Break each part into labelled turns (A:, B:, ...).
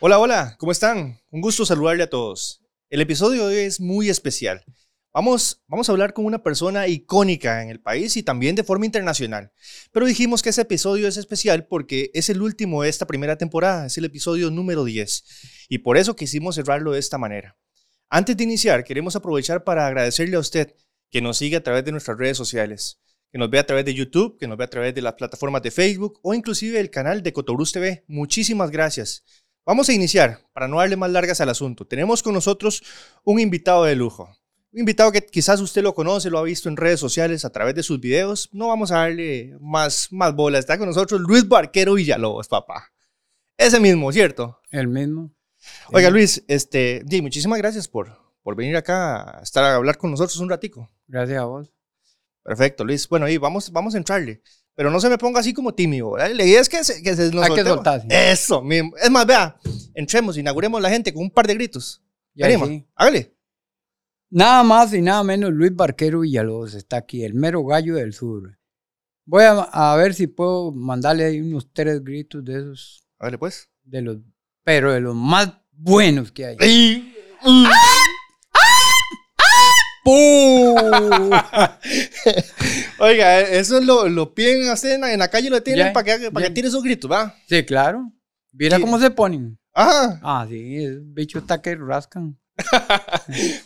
A: Hola, hola, ¿cómo están? Un gusto saludarle a todos. El episodio de hoy es muy especial. Vamos, vamos a hablar con una persona icónica en el país y también de forma internacional. Pero dijimos que ese episodio es especial porque es el último de esta primera temporada, es el episodio número 10. Y por eso quisimos cerrarlo de esta manera. Antes de iniciar, queremos aprovechar para agradecerle a usted que nos sigue a través de nuestras redes sociales, que nos ve a través de YouTube, que nos ve a través de las plataformas de Facebook o inclusive el canal de Cotobruz TV. Muchísimas gracias. Vamos a iniciar, para no darle más largas al asunto. Tenemos con nosotros un invitado de lujo. Un invitado que quizás usted lo conoce, lo ha visto en redes sociales a través de sus videos. No vamos a darle más, más bola. Está con nosotros Luis Barquero Villalobos, papá. Ese mismo, ¿cierto?
B: El mismo.
A: Oiga, Luis, este, di, muchísimas gracias por, por venir acá a estar a hablar con nosotros un ratico.
B: Gracias a vos.
A: Perfecto, Luis. Bueno, y vamos, vamos a entrarle. Pero no se me ponga así como tímido. ¿verdad? La idea es que, se, que se nos Eh,
B: Hay que
A: soltemos.
B: soltarse.
A: Eso mismo. Es más, vea, entremos, inauguremos la gente con un par de gritos.
B: Y ahí
A: Venimos,
B: sí.
A: hágale.
B: Nada más y nada menos Luis Barquero Villalobos está aquí, el mero gallo del sur. Voy a, a ver si puedo mandarle ahí unos tres gritos de esos,
A: Hágale, pues.
B: de los, pero de los más buenos que hay.
A: ¡Pum! Oiga, eh, eso lo, lo piden hacer en la, en la calle, lo tienen
B: Ya,
A: para que, para que
B: ya.
A: tire esos gritos, ¿va?
B: Sí, claro. Mira
A: Sí.
B: cómo se ponen.
A: Ajá.
B: Ah, sí, el bicho está que rascan.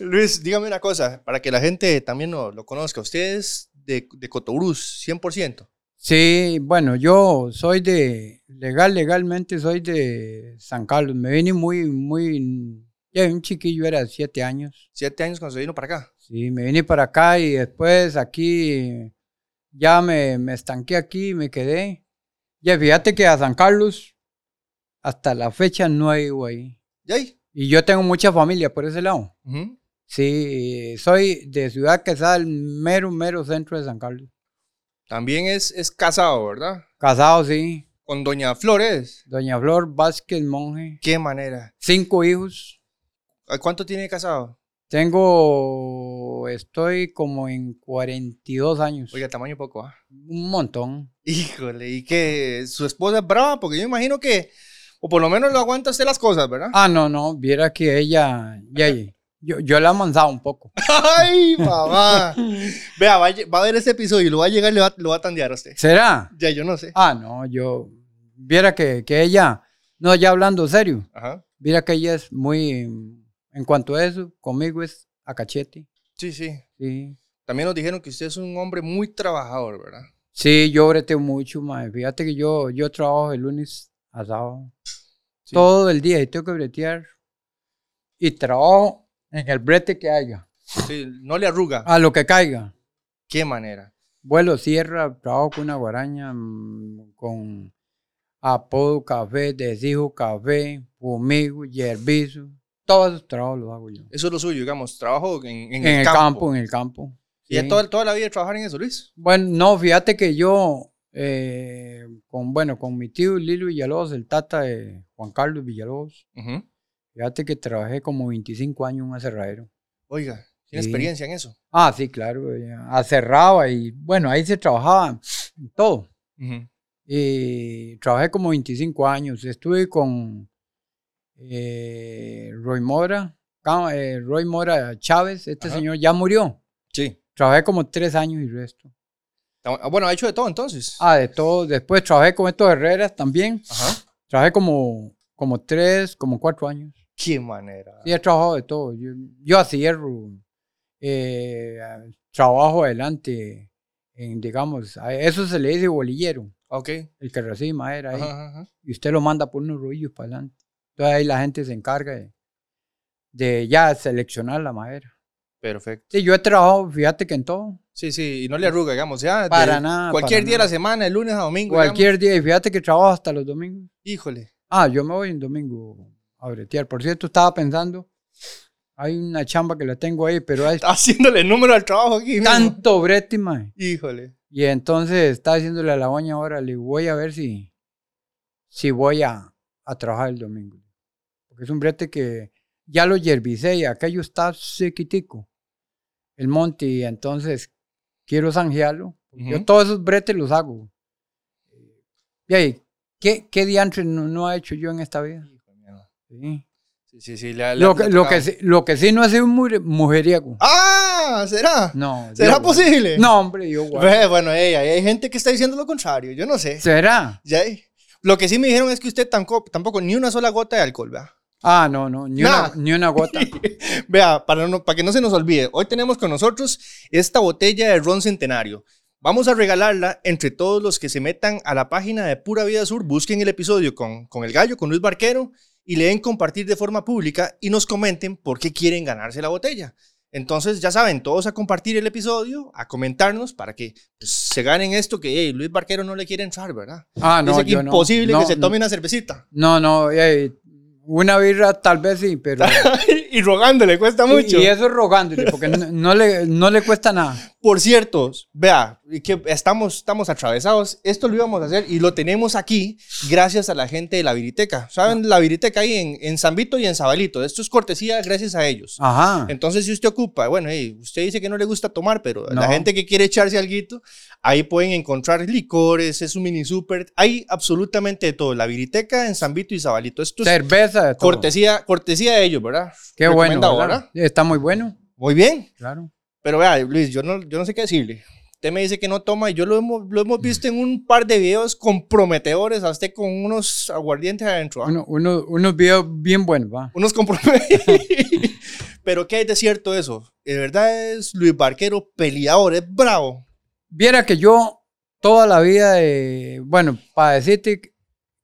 A: Luis, dígame una cosa, para que la gente también lo, lo conozca. Usted es de, de Cotobruz, 100%.
B: Sí, bueno, yo soy de, legal, legalmente soy de San Carlos. Me vine muy, muy, ya un chiquillo era de siete años.
A: Siete años cuando se vino para acá.
B: Sí, me vine para acá y después aquí ya me, me estanqué aquí, me quedé. Ya fíjate que a San Carlos hasta la fecha no he ido ahí.
A: ¿Y ahí?
B: Y yo tengo mucha familia por ese lado.
A: Ujú.
B: Sí, soy de Ciudad Quesada, el mero, mero centro de San Carlos.
A: También es, es casado, ¿verdad?
B: Casado, sí.
A: Con Doña Flores.
B: Doña Flor Vázquez Monje.
A: ¿Qué manera?
B: Cinco hijos.
A: ¿Cuánto tiene de casado?
B: Tengo, estoy como en 42 años.
A: Oiga, tamaño poco, ¿ah?
B: Un montón.
A: Híjole, y que su esposa es brava, porque yo imagino que, o por lo menos lo aguanta usted las cosas, ¿verdad?
B: Ah, no, no, viera que ella, ya, ya, yo, yo la manzaba un poco.
A: ¡Ay, papá! Vea, va a, lle- va a ver este episodio y lo va a llegar y le va, lo va a tandear a usted.
B: ¿Será?
A: Ya, yo no sé.
B: Ah, no, yo, viera que, que ella, no, ya hablando serio,
A: Ajá.
B: viera que ella es muy, en cuanto a eso, conmigo es a cachete,
A: Sí, sí.
B: sí.
A: También nos dijeron que usted es un hombre muy trabajador, ¿verdad?
B: Sí, yo breteo mucho, mae. Fíjate que yo, yo trabajo de lunes a sábado.
A: Sí.
B: Todo el día y tengo que bretear. Y trabajo en el brete que haya.
A: Sí, no le arruga.
B: A lo que caiga.
A: ¿Qué manera?
B: Vuelo sierra, trabajo con una guaraña, mm, con apodo café, deshijo café, fumigo, yerbizo. Todos esos trabajos los hago yo.
A: Eso es lo suyo, digamos, trabajo en, en
B: En, el campo. en el campo.
A: Y es
B: sí.
A: toda, toda la vida de trabajar en eso, Luis.
B: Bueno, no, fíjate que yo, eh, con, bueno, con mi tío Lilo Villalobos, el tata de Juan Carlos Villalobos,
A: Ujú.
B: fíjate que trabajé como 25 años en un aserradero.
A: Oiga, tiene
B: Sí.
A: experiencia en eso.
B: Ah, sí, claro, eh, aserraba y bueno, ahí se trabajaba en todo.
A: Ujú.
B: Y trabajé como 25 años. Estuve con eh, Roy Mora, Ca- eh, Roy Mora Chávez. Este
A: Ajá.
B: señor ya murió.
A: Sí.
B: Trabajé como tres años y resto.
A: Ah, Bueno, ha hecho de todo entonces.
B: Ah, de todo. Después trabajé con estos Herreras también.
A: Ajá.
B: Trabajé como, como tres, como cuatro años.
A: ¿Qué manera?
B: Sí, he trabajado de todo. Yo, yo acierro, eh, trabajo adelante, en, digamos, a eso se le dice bolillero,
A: Ok.
B: el que recibe madera ahí.
A: Ajá, ajá, ajá.
B: y usted lo manda por unos rodillos para adelante. Entonces ahí la gente se encarga de, de ya seleccionar la madera.
A: Perfecto.
B: Sí, yo he trabajado, fíjate que en todo,
A: Sí, sí, y no le arruga, digamos, ya. de-
B: Para nada,
A: Cualquier
B: para
A: día de
B: nada.
A: la semana, el lunes a domingo. digamos.
B: cualquier día, y fíjate que trabajo hasta los domingos.
A: Híjole.
B: Ah, yo me voy en domingo a bretear. Por cierto, estaba pensando, hay una chamba que la tengo ahí, pero hay
A: Está haciéndole número al trabajo aquí. mismo.
B: tanto brete, mae.
A: Híjole.
B: Y entonces está diciéndole a la doña ahora, le voy a ver si, si voy a, a trabajar el domingo. Porque es un brete que ya lo yerbicé y aquello está sequitico, el monte, y entonces quiero zanjearlo.
A: Ujú.
B: Yo todos esos bretes los hago. Y ahí, ¿qué, qué diantre no, no ha hecho yo en esta vida?
A: Hijo de mierda.
B: Sí.
A: Sí, sí, sí. la- la-
B: Lo, que,
A: la
B: lo,
A: tocaba.
B: que, sí- lo que sí no es un mure- mujeriego.
A: ¡Ah! ¿Será?
B: No.
A: ¿Será
B: yo-
A: posible?
B: No, hombre, yo guardo.
A: Ve, Bueno, ey, ahí hay gente que está diciendo lo contrario. Yo no sé.
B: ¿Será?
A: Ya, eh. Lo que sí me dijeron es que usted tampoco, tampoco ni una sola gota de alcohol, vea.
B: Ah, no, no, ni,
A: Nah.
B: una, ni una gota.
A: Vea, para, no- para que no se nos olvide, hoy tenemos con nosotros esta botella de ron centenario. Vamos a regalarla entre todos los que se metan a la página de Pura Vida Sur, busquen el episodio con, con el gallo, con Luis Barquero, y le den compartir de forma pública y nos comenten por qué quieren ganarse la botella. Entonces, ya saben, todos a compartir el episodio, a comentarnos para que pues, se ganen esto que hey, Luis Barquero no le quiere entrar, ¿verdad?
B: Ah, no,
A: Dice que
B: yo no.
A: imposible
B: No,
A: que se tome una cervecita.
B: No, no, eh, una birra tal vez sí, pero...
A: y rogándole, cuesta mucho.
B: Y, y eso rogándole, porque no, no le, no le cuesta nada.
A: Por cierto, vea, y que estamos, estamos atravesados. Esto lo íbamos a hacer y lo tenemos aquí gracias a la gente de la Viriteca. ¿Saben? La Viriteca ahí en, en San Vito y en Zabalito. Esto es cortesía gracias a ellos.
B: Ajá.
A: Entonces, si usted ocupa, bueno, hey, usted dice que no le gusta tomar, pero
B: No.
A: la gente que quiere echarse alguito, ahí pueden encontrar licores, es un mini super. Hay absolutamente de todo. La Viriteca en San Vito y Zabalito. Esto es
B: Cerveza de todo.
A: cortesía, cortesía de ellos, ¿verdad?
B: Qué bueno.
A: Recomendado,
B: ¿verdad?
A: ¿verdad?
B: Está muy bueno,
A: Muy bien.
B: claro.
A: Pero vea, Luis, yo no, yo no sé qué decirle. Usted me dice que no toma y yo lo hemos, lo hemos visto en un par de videos comprometedores a usted con unos aguardientes adentro. ¿ah?
B: Uno- uno- unos videos bien buenos, va.
A: Unos comprometedores. Pero ¿qué hay de cierto eso? De verdad es Luis Barquero peleador, es bravo.
B: Viera que yo toda la vida, de, bueno, para decirte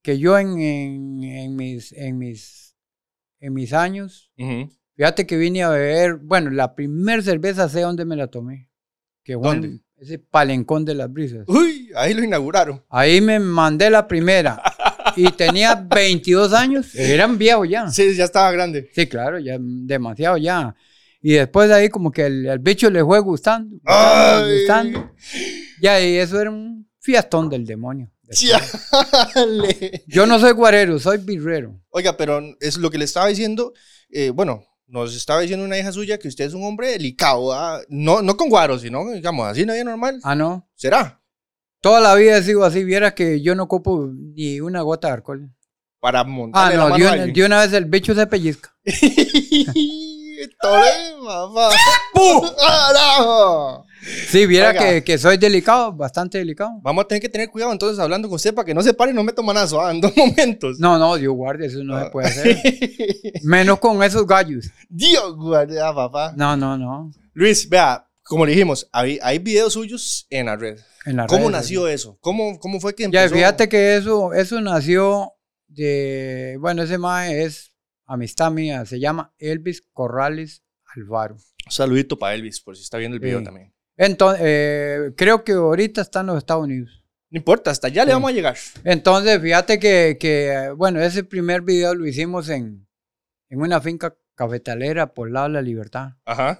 B: que yo en, en- en mis, en, mis, en mis años, fíjate que vine a beber, bueno, la primer cerveza sé dónde me la tomé, que fue en
A: ¿Dónde?
B: ese palencón de las brisas.
A: Uy, ahí lo inauguraron.
B: Ahí me mandé la primera y tenía 22 años, eran viejos ya.
A: Sí, ya estaba grande.
B: Sí, claro, ya demasiado ya. Y después de ahí como que el, el bicho le fue gustando, gustando,
A: Ay.
B: gustando. Ya, y eso era un fiestón del demonio.
A: Chale.
B: Yo no soy guarero, soy birrero.
A: Oiga, pero es lo que le estaba diciendo, eh, bueno, nos estaba diciendo una hija suya que usted es un hombre delicado, ¿ah? no, no con guaro, sino, digamos, así, nadie normal.
B: Ah, no.
A: ¿Será?
B: Toda la vida he sido así, vieras que yo no copo ni una gota de alcohol.
A: Para
B: Ah,
A: montarle la
B: no,
A: mano
B: de
A: a
B: una,
A: alguien.
B: de una vez el bicho se pellizca.
A: Tole, mamá. ¡Carajo!
B: Sí, viera
A: Oiga.
B: que, que soy delicado, bastante delicado.
A: Vamos a tener que tener cuidado entonces hablando con usted para que no se pare y no meta manazo ah, en dos momentos.
B: No, no, Dios guarde, eso no
A: Ah.
B: se puede hacer. Menos con esos gallos.
A: Dios guarde a papá.
B: No, no, no.
A: Luis, vea, como le dijimos, hay, hay videos suyos en la red.
B: En las
A: ¿Cómo
B: redes,
A: nació eso? ¿Cómo, ¿Cómo fue que
B: Ya,
A: empezó?
B: fíjate que eso, eso nació de, bueno, ese mae es amistad mía, se llama Elvis Corrales Alvaro.
A: Un saludito para Elvis, por si está viendo el video
B: Sí.
A: también.
B: Entonces, eh, creo que ahorita está en los Estados Unidos.
A: No importa, hasta allá le
B: Sí.
A: vamos a llegar.
B: Entonces, fíjate que, que, bueno, ese primer video lo hicimos en, en una finca cafetalera por el lado de la libertad.
A: Ajá,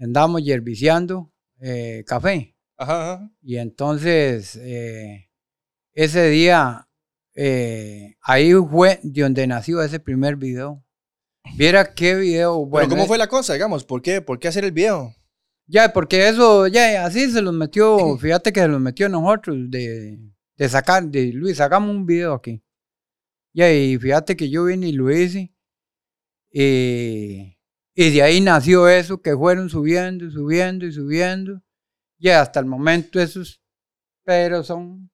B: Andamos yerbiciando eh, café.
A: ajá, ajá.
B: Y entonces, eh, ese día, eh, ahí fue de donde nació ese primer video. Viera qué video bueno. eh,
A: Pero ¿cómo fue la cosa, digamos? ¿Por qué, ¿Por qué hacer el video?
B: Ya, porque eso, ya, así se los metió, fíjate que se los metió a nosotros de, de sacar, de Luis, hagamos un video aquí. Ya, y fíjate que yo vine y lo hice. Y, y de ahí nació eso, que fueron subiendo, y subiendo y subiendo. Ya, hasta el momento esos, pero son...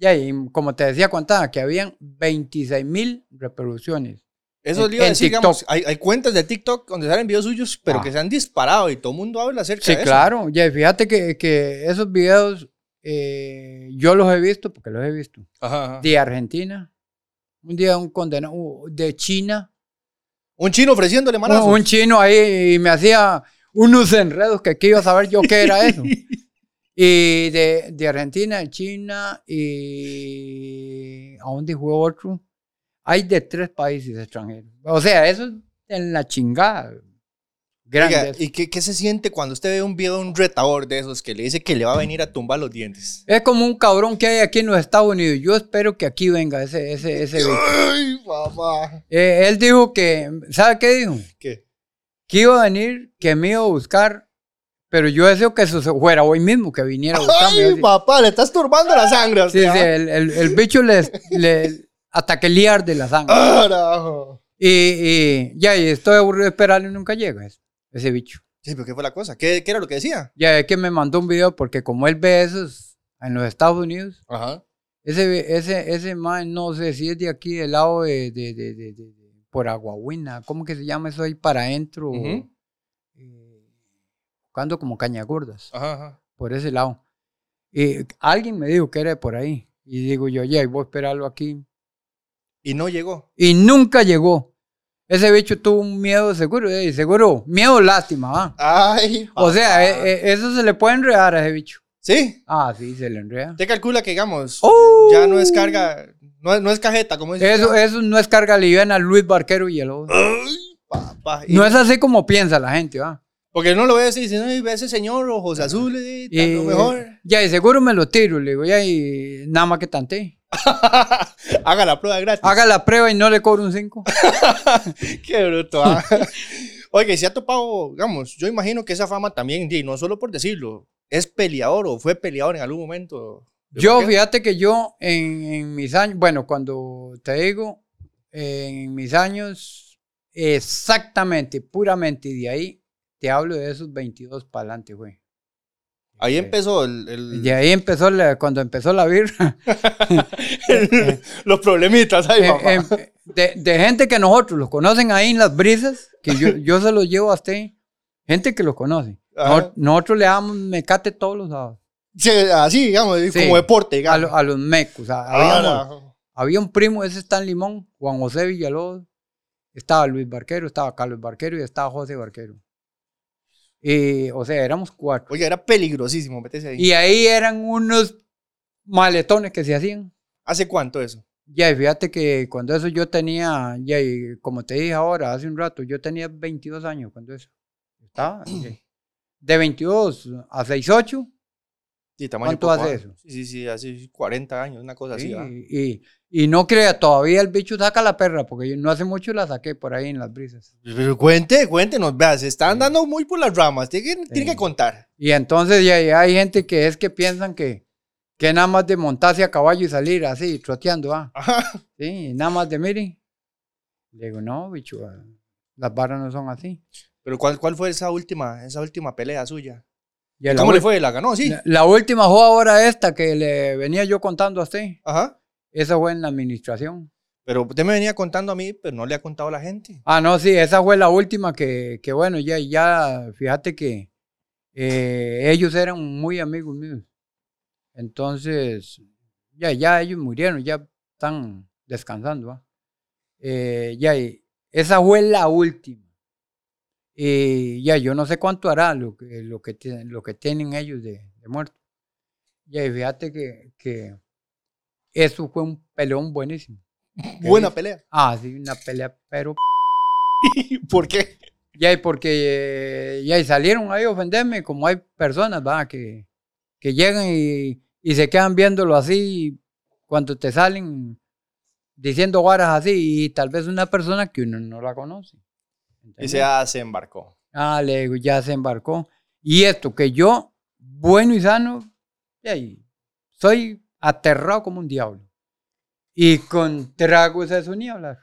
B: Ya, y como te decía, contaba que habían 26 mil reproducciones.
A: Eso
B: En-
A: le iba a
B: en
A: decir,
B: TikTok.
A: digamos, hay, hay cuentas de TikTok donde salen videos suyos, pero
B: Ah.
A: que se han disparado y todo el mundo habla acerca
B: Sí,
A: de eso.
B: claro. Ya, fíjate que, que esos videos eh, yo los he visto, porque los he visto,
A: Ajá, ajá.
B: de Argentina. Un día un condenado uh, de China.
A: Un chino ofreciéndole
B: Un,
A: manazos.
B: un chino ahí y me hacía unos enredos que aquí iba a saber yo qué era eso. Y de, de Argentina, China y... ¿A dónde fue otro? Hay de tres países extranjeros. O sea, eso es en la chingada. Grande.
A: Oiga,
B: eso.
A: ¿Y qué, qué se siente cuando usted ve un video de un retador de esos que le dice que le va a venir a tumbar los dientes?
B: Es como un cabrón que hay aquí en los Estados Unidos. Yo espero que aquí venga ese, ese, ese. bicho.
A: ¡Ay, papá!
B: Eh, él dijo que, ¿sabe qué dijo?
A: ¿Qué?
B: Que iba a venir, que me iba a buscar, pero yo deseo que eso se fuera hoy mismo, que viniera a buscarme.
A: ¡Ay,
B: Yo
A: papá! Le estás turbando la sangre. a
B: sí-
A: usted,
B: sí, sí,
A: ¿ah?
B: el, el- el bicho le, le- hasta que le arde la sangre.
A: ¡Carajo!
B: Y, y ya, y estoy aburrido de esperarlo y nunca llega ese, ese bicho.
A: Sí, pero ¿qué fue la cosa? ¿Qué, qué era lo que decía?
B: Ya es que me mandó un video porque como él ve esos en los Estados Unidos,
A: Ajá.
B: ese, ese, ese man, no sé si es de aquí, del lado de, de, de, de- de- de- por Aguahuina, ¿cómo que se llama eso ahí para adentro?
A: Ujú.
B: Eh, Tocando como caña gordas,
A: Ajá, ajá.
B: por ese lado. Y alguien me dijo que era de por ahí. Y digo yo, ya, y voy a esperarlo aquí.
A: Y no llegó.
B: Y nunca llegó. Ese bicho tuvo un miedo seguro, eh, seguro, miedo lástima, ¿va?
A: ¡Ay!
B: O sea,
A: papá.
B: eh, eh, eso se le puede enredar a ese bicho.
A: Sí.
B: Ah, sí, se le enreda.
A: Te calcula que, digamos,
B: ¡Oh!
A: ya no es carga, no, es- Pues no es cajeta, como dice.
B: Eso, eso no es carga liviana, Luis Barquero y el otro.
A: Ah. ¡Ay, papá! Y-
B: No es así como piensa la gente, ¿va?
A: Porque no lo ves y dice, no, ve ese señor,
B: Ah,
A: ojos azules, eh, tan lo
B: Eh,
A: mejor.
B: Ya, y seguro me lo tiro, le digo, ya, y nada más que tante.
A: Haga la prueba gratis.
B: Haga la prueba y no le cobro un 5.
A: Qué bruto. ah. Oye, si ha topado, digamos, yo imagino que esa fama también, y no solo por decirlo, es peleador o fue peleador en algún momento.
B: Yo,
A: creo que-
B: fíjate que yo en, en mis años, bueno, cuando te digo, en mis años, exactamente, puramente de ahí, te hablo de esos 22 para adelante, güey.
A: Ahí empezó el, el-
B: De ahí empezó, la- cuando empezó la birra.
A: los problemitas. Ay,
B: Eh,
A: papá.
B: eh, de, de gente que nosotros los conocen ahí en las brisas, que yo, yo se los llevo a usted, gente que los conoce.
A: Ajá.
B: Nos- nosotros le damos mecate todos los sábados,
A: Sí, así, digamos,
B: Sí.
A: como deporte,
B: a,
A: digamos.
B: lo- a los mecos. a-
A: Ah,
B: habíamos-
A: no.
B: había un primo, ese está en Limón, Juan José Villalobos, estaba Luis Barquero, estaba Carlos Barquero y estaba José Barquero. Y, o sea, éramos cuatro.
A: Oye, era peligrosísimo, métese ahí.
B: Y ahí eran unos maletones que se hacían.
A: ¿Hace cuánto eso?
B: Ya, y fíjate que cuando eso yo tenía, ya, y como te dije ahora, hace un rato, yo tenía 22 años cuando eso. Estaba sí. de 22 a 68
A: Sí, tamaño
B: ¿Cuánto
A: poco,
B: hace
A: ah.
B: eso?
A: Sí, sí, sí, hace 40 años, una cosa así.
B: sí,
A: ah.
B: y, y no crea, todavía el bicho saca la perra, porque yo no hace mucho la saqué por ahí en las brisas.
A: Pero cuente, cuéntenos, vea, se están
B: Sí.
A: dando muy por las ramas, tiene que, tiene
B: Sí.
A: que contar.
B: Y entonces ya, ya hay gente que es que piensan que, que nada más de montarse a caballo y salir así, troteando, ah,
A: Ajá.
B: sí, nada más de mire. Le digo, no, bicho, ah, las barras no son así.
A: Pero ¿cuál, cuál fue esa última, esa última pelea suya?
B: Y a la
A: ¿Cómo le
B: ul-
A: fue? ¿La ganó? Sí.
B: La, la última fue ahora esta que le venía yo contando a usted.
A: Ajá.
B: Esa fue en la administración.
A: Pero usted me venía contando a mí, pero no le ha contado a la gente.
B: Ah, no, sí, esa fue la última que, que bueno, ya, ya, fíjate que eh, ellos eran muy amigos míos. Entonces, ya, ya ellos murieron, ya están descansando. ¿va? Eh, ya, y esa fue la última. Y ya, yo no sé cuánto hará lo que, lo que, tienen- lo que tienen ellos de, de muerto. Ya, y fíjate que, que eso fue un peleón buenísimo.
A: Buena pelea.
B: Ah, sí, una pelea, pero
A: ¿Por qué?
B: Ya, y porque eh, ya y salieron ahí a ofenderme, como hay personas ¿va? Que, que llegan y, y se quedan viéndolo así, cuando te salen diciendo varas así, y tal vez una persona que uno no la conoce.
A: Y
B: ¿entendés?
A: se, ah, se embarcó.
B: Ah, le digo, ya se embarcó. Y esto, que yo, bueno y sano, y ahí, soy aterrado como un diablo. Y con tragos eso ni hablar.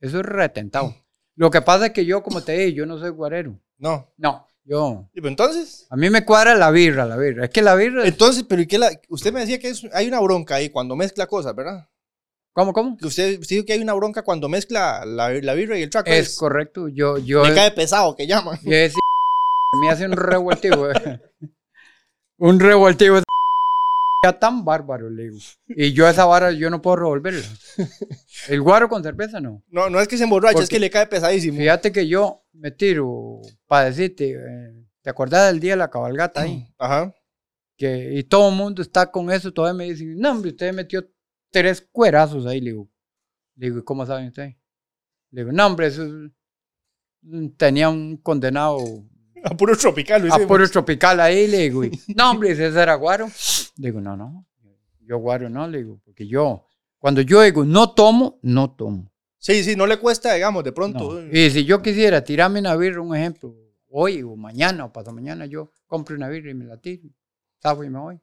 B: Eso es retentado. Lo que pasa es que yo, como te dije, yo no soy guarero.
A: No.
B: No, yo.
A: Y pero entonces,
B: A mí me cuadra la birra, la birra. Es que la birra. es-
A: entonces, pero ¿y qué la, usted me decía que es- hay una bronca ahí cuando mezcla cosas, ¿verdad?
B: ¿Cómo, cómo?
A: Que usted, usted dijo que hay una bronca cuando mezcla la, la birra y el traco.
B: Es correcto. Yo, yo.
A: me cae pesado que llaman.
B: yo decía, me hace un revoltivo. un revoltivo. Ya tan bárbaro, le digo. Y yo esa vara, yo no puedo revolverla. El guaro con cerveza, no.
A: No, no es que se emborrache,
B: Porque-
A: es que le cae pesadísimo.
B: Fíjate que yo me tiro para decirte. eh, ¿Te acordás del día de la cabalgata ahí?
A: Ajá.
B: Que, y todo el mundo está con eso. Todavía me dicen, no, hombre, usted metió tres cuerazos ahí, le digo. Le digo, ¿y cómo saben ustedes? Le digo, no, hombre, eso es- tenía un condenado
A: A puro tropical, lo
B: a
A: hicimos.
B: puro tropical ahí, le digo, y, no, hombre, ese era guaro. Le digo, no, no, yo guaro no, le digo, porque yo, cuando yo digo no tomo, no tomo.
A: Sí, sí, no le cuesta, digamos, de
B: No.
A: pronto.
B: Y si yo quisiera tirarme una birra, un ejemplo, hoy o mañana o pasado mañana, yo compro una birra y me la tiro, saco y me voy.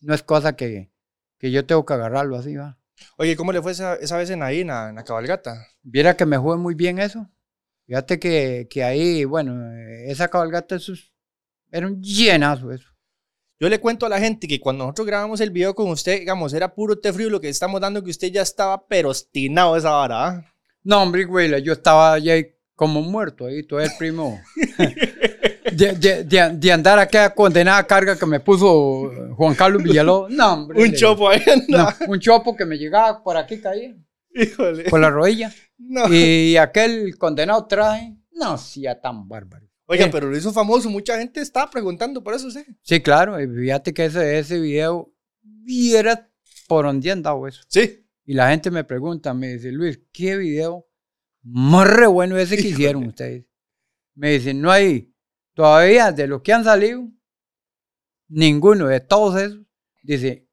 B: No es cosa que, que yo tengo que agarrarlo así, va.
A: Oye, ¿cómo le fue esa, esa vez en ahí, en la, en la cabalgata?
B: Viera que me jugué muy bien eso. Fíjate que, que ahí, bueno, eh, esa cabalgata eso es- era un llenazo eso.
A: Yo le cuento a la gente que cuando nosotros grabamos el video con usted, digamos, era puro té frío lo que estamos dando, que usted ya estaba pero obstinado esa vara. ¿ah?
B: No, hombre, güey, la- yo estaba ya ahí como muerto ahí, todo el primo. De, de- de- de andar aquella condenada carga que me puso Juan Carlos Villalobos. No, hombre.
A: Un
B: le-
A: chopo ahí
B: No,
A: andaba.
B: un chopo que me llegaba por aquí, caía,
A: Híjole.
B: por la rodilla.
A: No.
B: Pues, Y aquel condenado traje, no hacía tan bárbaro.
A: Oiga,
B: Eh.
A: pero lo hizo famoso. Mucha gente estaba preguntando por eso usted.
B: Sí, claro, y fíjate que ese, ese video, viera por dónde andaba eso.
A: Sí.
B: Y la gente me pregunta, me dice, Luis, ¿qué video más re bueno ese que hicieron ustedes? Me dicen, no hay, todavía de los que han salido, ninguno de todos esos, dice,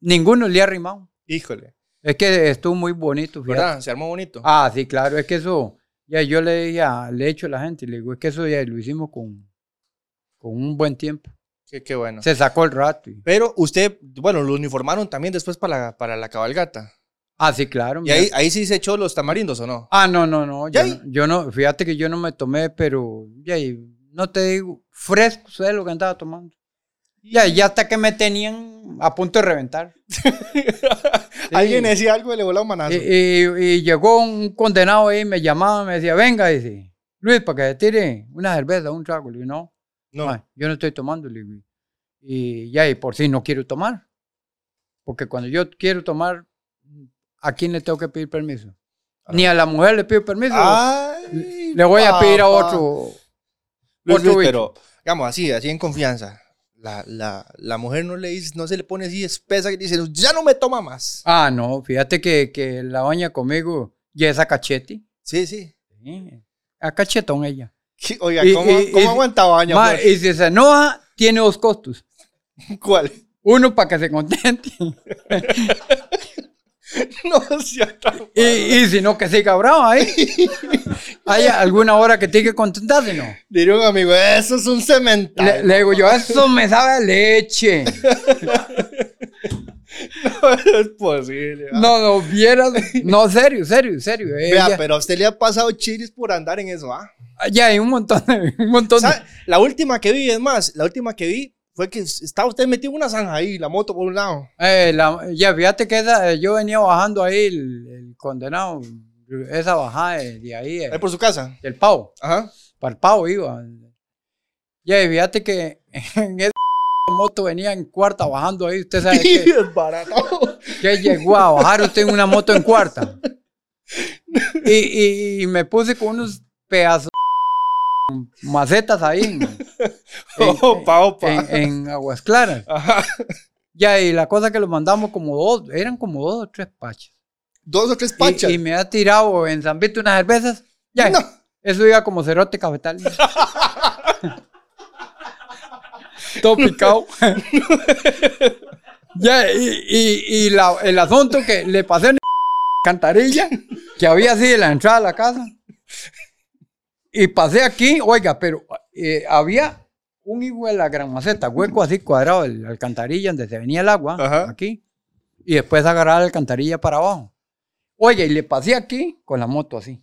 B: ninguno le ha rimado.
A: Híjole.
B: Es que estuvo muy bonito, fíjate.
A: ¿Verdad? Se armó bonito.
B: Ah, sí, claro, es que eso, ya yo le dije, a- le he hecho a la gente, le digo, es que eso ya lo hicimos con, con un buen tiempo.
A: Qué, qué bueno.
B: Se sacó el rato. y-
A: Pero usted, bueno, lo uniformaron también después para la, para la cabalgata.
B: ah, sí, claro.
A: Y
B: mira.
A: ahí, ahí sí se echó los tamarindos, ¿o no?
B: Ah, no, no, no. Yo,
A: ¿Ya?
B: no. yo no, fíjate que yo no me tomé, pero ya, y no te digo, fresco, ¿sabes lo que andaba tomando? Ya, ya hasta que me tenían a punto de reventar.
A: Alguien decía algo y le voló un manazo.
B: Y, y- y llegó un condenado ahí, me llamaba, me decía, venga, dice, Luis, para que te tire una cerveza, un trago. Le digo, no,
A: no.
B: ma, yo no estoy tomando, le digo. Y ya, y por si no quiero tomar. Porque cuando yo quiero tomar, ¿a quién le tengo que pedir permiso?
A: Ah.
B: Ni a la mujer le pido permiso.
A: Ay,
B: Le voy a pedir a
A: Ah, papá.
B: otro.
A: Luis,
B: otro
A: Luis,
B: bicho.
A: pero, digamos, así, así en confianza. La, la, la mujer no le dice, no se le pone así espesa y dice, ya no me toma más.
B: Ah, no, fíjate que, que la doña conmigo ya es a cachete.
A: Sí, sí.
B: Sí, A cachetón ella.
A: ¿Qué- Oiga,
B: Y-
A: ¿cómo,
B: y-
A: cómo
B: y-
A: aguantaba años?
B: Ma, y si se enoja, tiene dos costos.
A: ¿Cuál?
B: Uno para que se contente
A: No sea tan
B: y,
A: malo.
B: y si no, que siga bravo ahí. Hay alguna hora que tiene que contentarse, ¿no?
A: Diría un amigo, eso es un
B: Le,
A: cemental.
B: le digo yo, eso me sabe a leche.
A: No es posible. ah.
B: No, no, vieras. No, serio, serio, serio. eh,
A: Vea,
B: Ella-
A: pero a usted le ha pasado chiris por andar en eso, ¿ah?
B: ya hay un montón, de- un montón. de-
A: ¿Sabe? La última que vi, es más, la última que vi fue que estaba usted metido en una zanja ahí, la moto por un lado.
B: Eh, la- ya fíjate que esa, eh, yo venía bajando ahí el, el condenado, esa bajada de, de ahí, eh,
A: Ahí por su casa.
B: del pavo,
A: Ajá.
B: para el pavo iba. Ya y fíjate que en esa moto venía en cuarta bajando ahí, usted sabe
A: Y
B: que,
A: es barato.
B: que llegó a bajar usted en una moto en cuarta. Y, y- y me puse con unos pedazos de macetas ahí en, en-
A: Opa, opa.
B: en- en Aguas Claras.
A: Ajá.
B: Ya, y la cosa que los mandamos como dos, eran como dos o tres pachas.
A: Dos o tres
B: Y-
A: pachas.
B: Y, me ha tirado en San Vito unas cervezas. Ya,
A: No.
B: eso iba como cerote cafetal. Todo picado. ya, y, y- y la- el asunto que le pasé en cantarilla, que había así de la entrada a la casa. Y pasé aquí, oiga, pero eh, había un hijo de la gran maceta, hueco así cuadrado, el la alcantarilla donde se venía el agua,
A: Ajá.
B: aquí. Y después agarrar la alcantarilla para abajo. Oye, y le pasé aquí con la moto así.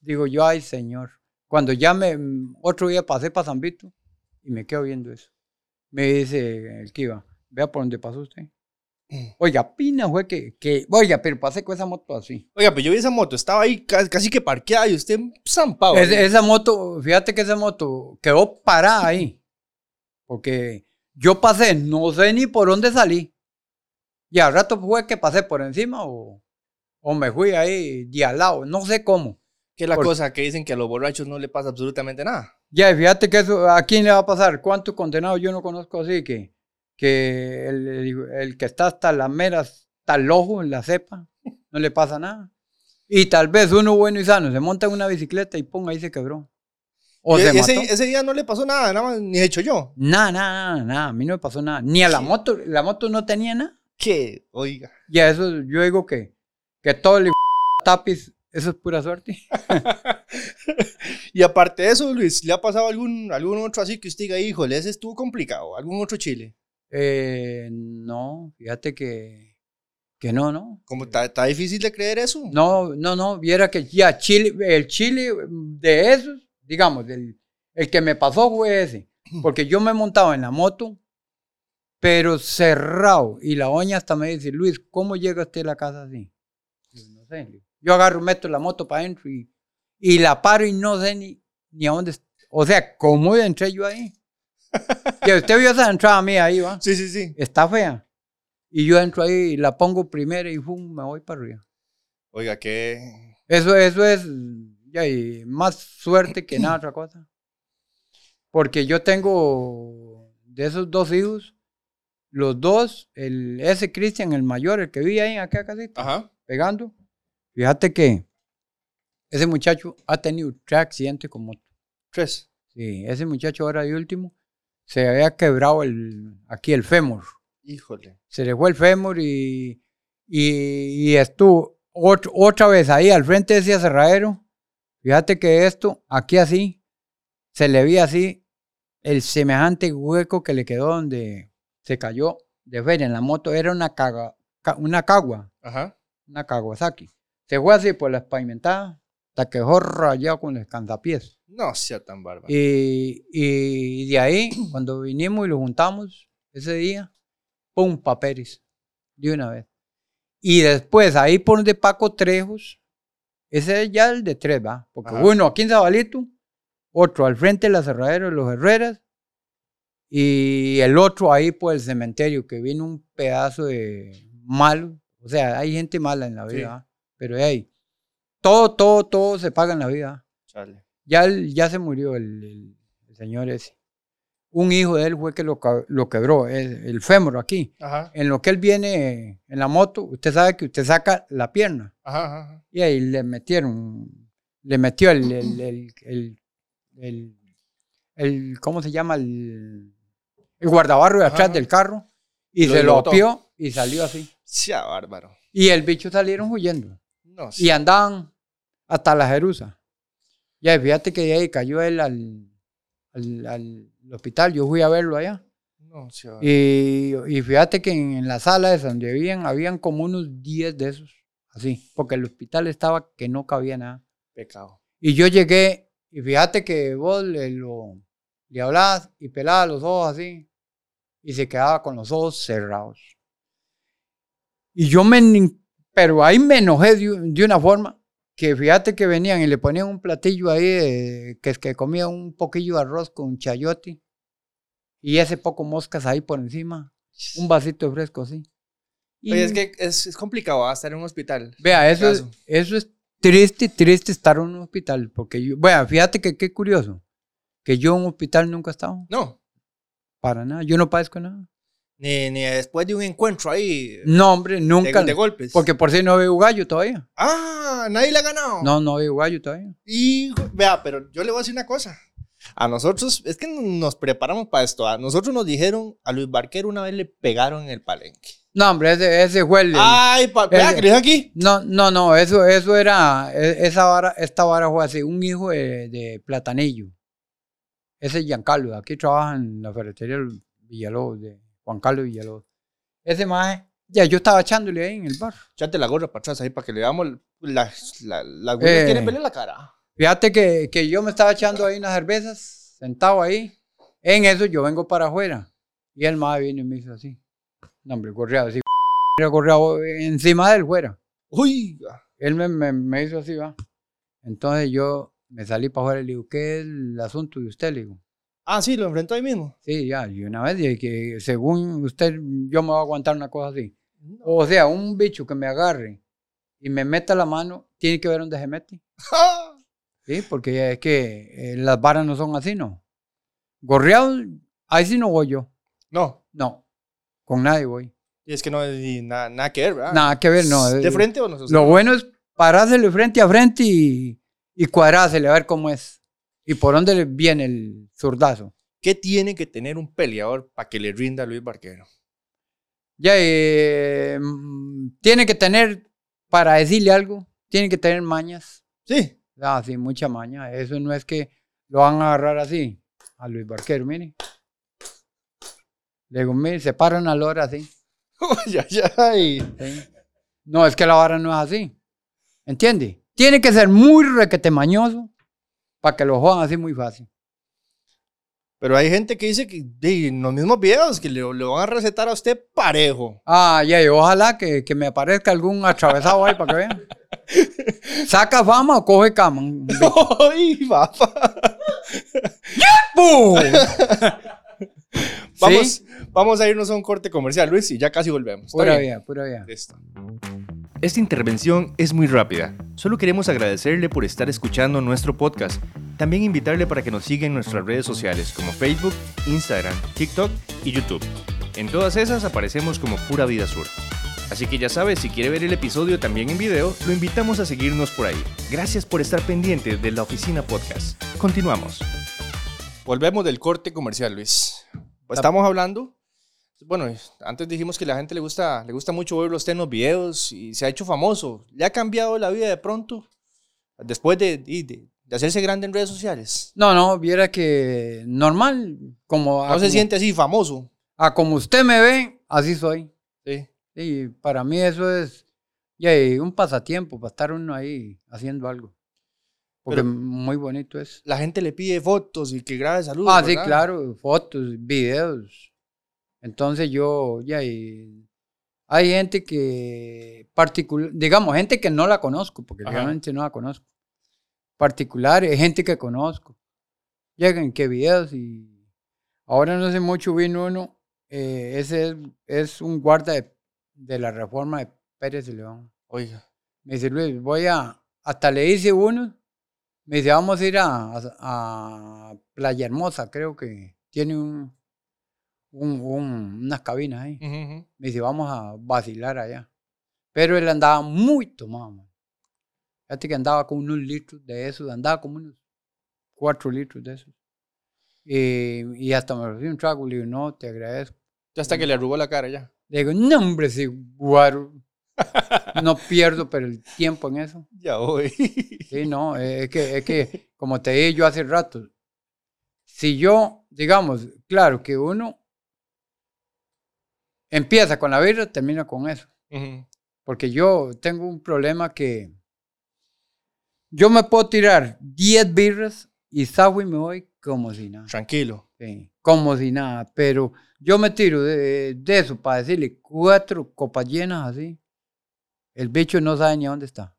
B: Digo yo, ay señor. Cuando ya me, mm, otro día pasé para San Vito y me quedo viendo eso. Me dice el que iba, vea por dónde pasó usted. Oiga, pina fue que, que, oiga, pero pasé con esa moto así.
A: Oiga, pues yo vi esa moto, estaba ahí ca- casi que parqueada y usted zampado.
B: Es- esa moto, fíjate que esa moto quedó parada ahí. Porque yo pasé, no sé ni por dónde salí. Y al rato fue que pasé por encima o, o me fui ahí de al lado, no sé cómo.
A: que es la
B: por-
A: cosa que dicen que a los borrachos no le pasa absolutamente nada.
B: Ya, y fíjate que eso, ¿a quién le va a pasar? ¿Cuántos condenados yo no conozco así que, que el, el- el que está hasta las meras, hasta el ojo en la cepa, no le pasa nada? Y tal vez uno bueno y sano se monta en una bicicleta y ponga ahí se quebró. O
A: Y
B: se
A: E-, ese,
B: mató.
A: ese día no le pasó nada, nada más, ni hecho yo.
B: Nada, nada, nada, nada, a mí no me pasó nada. Ni a la
A: Sí.
B: moto, la moto no tenía nada.
A: Que, oiga.
B: Y a eso yo digo que, que todo el tapiz, eso es pura suerte.
A: Y aparte de eso, Luis, ¿le ha pasado algún, algún otro así que usted diga, híjole, ese estuvo complicado? ¿Algún otro chile?
B: Eh, no, fíjate que Que no, no.
A: Como está, está difícil de creer eso.
B: No, no, no. Viera que ya Chile, el Chile de esos, digamos, del, el que me pasó fue ese. Porque yo me montaba en la moto, pero cerrado. Y la oña hasta me dice, Luis, ¿cómo llega usted a la casa así? Yo, no sé. le digo. Yo agarro, meto la moto para adentro y, y la paro y no sé ni, ni a dónde. est- O sea, ¿cómo entré yo ahí? que usted vio esa entrada mía ahí, ¿va?
A: Sí, sí, sí.
B: Está fea. Y yo entro ahí, la pongo primera y pum, me voy para arriba.
A: Oiga, qué.
B: Eso, eso es ya, y más suerte que nada otra cosa. Porque yo tengo de esos dos hijos, los dos, el, ese Cristian, el mayor, el que vive ahí en aquella casita,
A: Ajá.
B: pegando. Fíjate que ese muchacho ha tenido tres accidentes con moto.
A: Tres.
B: Sí, ese muchacho ahora de último se había quebrado el, aquí el fémur.
A: Híjole.
B: se le fue el fémur y, y, y estuvo ot- otra vez ahí al frente de ese aserradero. Fíjate que esto, aquí así, se le vi así el semejante hueco que le quedó donde se cayó de feria en la moto. Era una, caga, ca- una cagua,
A: Ajá.
B: una Kawasaki. Se fue así por la pavimentada, hasta quedó rayado con el cantapiés.
A: No sea tan bárbaro.
B: Y, Eh, y de ahí, cuando vinimos y lo juntamos ese día, pum, papeles, de una vez. Y después, ahí por donde Paco Trejos, ese es ya el de tres, va. Porque
A: Ajá.
B: uno aquí en Zabalito, otro al frente de la Cerradera de los Herreras, y el otro ahí por el cementerio, que viene un pedazo de malo. O sea, hay gente mala en la vida,
A: Sí.
B: ¿va? pero ahí, todo, todo, todo se paga en la vida. ¿va?
A: Chale.
B: Ya, el- ya se murió el, el- el señor ese. Un hijo de él fue que lo, ca- lo quebró, el, el fémur aquí.
A: Ajá.
B: En lo que él viene en la moto, usted sabe que usted saca la pierna.
A: Ajá. ajá.
B: Y ahí le metieron, le metió el, el, el, el, el- el- ¿cómo se llama? El, el guardabarro de atrás
A: Ajá.
B: del carro. Y
A: Lo-
B: se
A: lo
B: lo
A: botó.
B: apió y salió así.
A: Sea bárbaro.
B: Y el bicho salieron huyendo
A: No sea.
B: y andaban hasta la Jerusa. Ya, fíjate que de ahí cayó él al, al- al hospital, yo fui a verlo allá.
A: No sea. bárbaro.
B: Y, y fíjate que en, en la sala de donde vivían, habían como unos 10 de esos, así, porque el hospital estaba que no cabía nada.
A: Pecado.
B: Y yo llegué, y fíjate que vos le, lo, le hablabas y pelabas los ojos así, y se quedaba con los ojos cerrados. Y yo me, en- pero ahí me enojé de, u- de una forma, que fíjate que venían y le ponían un platillo ahí, de- que, que comía un poquillo de arroz con chayote, y ese poco moscas ahí por encima, un vasito de fresco así. Y-
A: Oye, es que es, es complicado ¿ah? estar en un hospital.
B: Vea, eso es,
A: caso.
B: eso es triste, triste estar en un hospital. Porque yo, bueno, fíjate que qué curioso. Que yo en un hospital nunca he estado.
A: No.
B: Para nada. Yo no padezco nada.
A: Ni, ni después de un encuentro ahí. de-
B: No, hombre, nunca.
A: De, golpes.
B: porque por si no veo gallo todavía.
A: Ah, nadie la ha ganado.
B: No, no veo gallo todavía.
A: Y vea, pero yo le voy a decir una cosa. A nosotros, es que nos preparamos para esto. A nosotros nos dijeron, a Luis Barquero una vez le pegaron en el palenque.
B: No, hombre, ese, ese fue el-
A: Ay, pa- vea,
B: el-
A: que le dije aquí.
B: No, no, no, eso, eso era, e- esa vara, esta vara fue así, un hijo de, de Platanillo. Ese es Giancarlo, aquí trabaja en la ferretería del Villalobos, de Juan Carlos Villalobos. Ese más, ya yo estaba echándole ahí en el bar.
A: Echate la gorra para atrás ahí para que le damos la. La, la güey
B: Eh.
A: quiere verle la cara.
B: Fíjate que, que yo me estaba echando ahí unas cervezas, sentado ahí. En eso yo vengo para afuera. Y el madre viene y me hizo así. No, hombre, correado, así. Correado encima del fuera.
A: Uy, ah.
B: Él me, me, me hizo así, va. Entonces yo me salí para afuera y le digo, ¿qué es el asunto de usted? Le digo,
A: Ah, sí, lo enfrentó ahí mismo.
B: sí, ya. Y una vez dije que según usted, yo me voy a aguantar una cosa así. O sea, un bicho que me agarre y me meta la mano, tiene que ver dónde se mete.
A: Ah,
B: Sí, porque es que eh, las varas no son así, ¿no? Gorreado, ahí sí no voy yo.
A: No,
B: No, con nadie voy.
A: y es que no es nada, nada que ver, ¿verdad?
B: Nada que ver, no.
A: Ah, ¿De
B: eh,
A: frente o no?
B: Lo bueno es parársele frente a frente y, y cuadrársele a ver cómo es. Y por dónde le viene el zurdazo.
A: ¿Qué tiene que tener un peleador para que le rinda a Luis Barquero?
B: Ya, eh, mm, tiene que tener, para decirle algo, tiene que tener mañas.
A: Sí.
B: Ah, sí, mucha maña. Eso no es que lo van a agarrar así a Luis Barquero, mire. Le digo, mire, se paran a la hora así.
A: Ay, ay, ay.
B: ¿sí? No, es que la vara no es así. ¿Entiendes? Tiene que ser muy requete mañoso para que lo jodan así muy fácil.
A: Pero hay gente que dice que de, en los mismos videos que le, le van a recetar a usted parejo.
B: Ah, ya, y ojalá que, que me aparezca algún atravesado ahí para que vean. Saca fama o coge cama.
A: ¡Ay, papá!
B: ¡Pum!
A: Vamos, vamos a irnos a un corte comercial, Luis, y ya casi volvemos. ¿Está
B: Pura
A: bien?
B: vida, pura vida.
A: Listo. Esta intervención es muy rápida. Solo queremos agradecerle por estar escuchando nuestro podcast. También invitarle para que nos siga en nuestras redes sociales como Facebook, Instagram, TikTok y YouTube. En todas esas aparecemos como Pura Vida Sur. Así que ya sabes, si quiere ver el episodio también en video, lo invitamos a seguirnos por ahí. Gracias por estar pendiente de la Oficina Podcast. Continuamos. Volvemos del corte comercial, Luis. Estamos hablando bueno, antes dijimos que la gente le gusta, le gusta mucho verlo a usted en los videos y se ha hecho famoso. ¿Le ha cambiado la vida de pronto? Después de, de- de- de hacerse grande en redes sociales.
B: No, no, viera que normal, como, a,
A: No se
B: como-
A: siente así famoso.
B: a Ah, como usted me ve, así soy.
A: Sí.
B: Y para mí eso es ya, y un pasatiempo, para estar uno ahí haciendo algo. Porque
A: Pero-
B: muy bonito es.
A: La gente le pide fotos y que grabe saludos.
B: Ah, sí,
A: ¿verdad?
B: claro, fotos, videos. Entonces yo, ya, y hay gente que, particular, digamos, gente que no la conozco, porque
A: Ajá.
B: realmente no la conozco. Particulares, gente que conozco. Llegan, qué videos y ahora no sé mucho, vino uno, eh, ese es, es un guarda de, de la reforma de Pérez de León.
A: Oiga.
B: Me dice Luis, voy a. Hasta le hice uno. Me dice, vamos a ir a, a- a Playa Hermosa, creo que tiene un, un- un- unas cabinas ahí.
A: Ujú, ujú.
B: Me dice, vamos a vacilar allá. Pero él andaba muy tomado. man. Fíjate que andaba con unos litros de esos, andaba como unos cuatro litros de esos. Y, y hasta me ofreció un trago, le digo, no, te agradezco.
A: Ya hasta que le arrugó la cara ya.
B: Le digo, no, hombre, si guaro, no pierdo pero el tiempo en eso.
A: Ya voy.
B: Sí, no, eh, es que, es que, como te dije yo hace rato, si yo, digamos, claro que uno empieza con la birra, termina con eso.
A: Ujú.
B: Porque yo tengo un problema que yo me puedo tirar 10 birras y salgo y me voy como si nada.
A: Tranquilo.
B: sí, como si nada. Pero yo me tiro de, de eso para decirle cuatro copas llenas así. El bicho no sabe ni dónde está.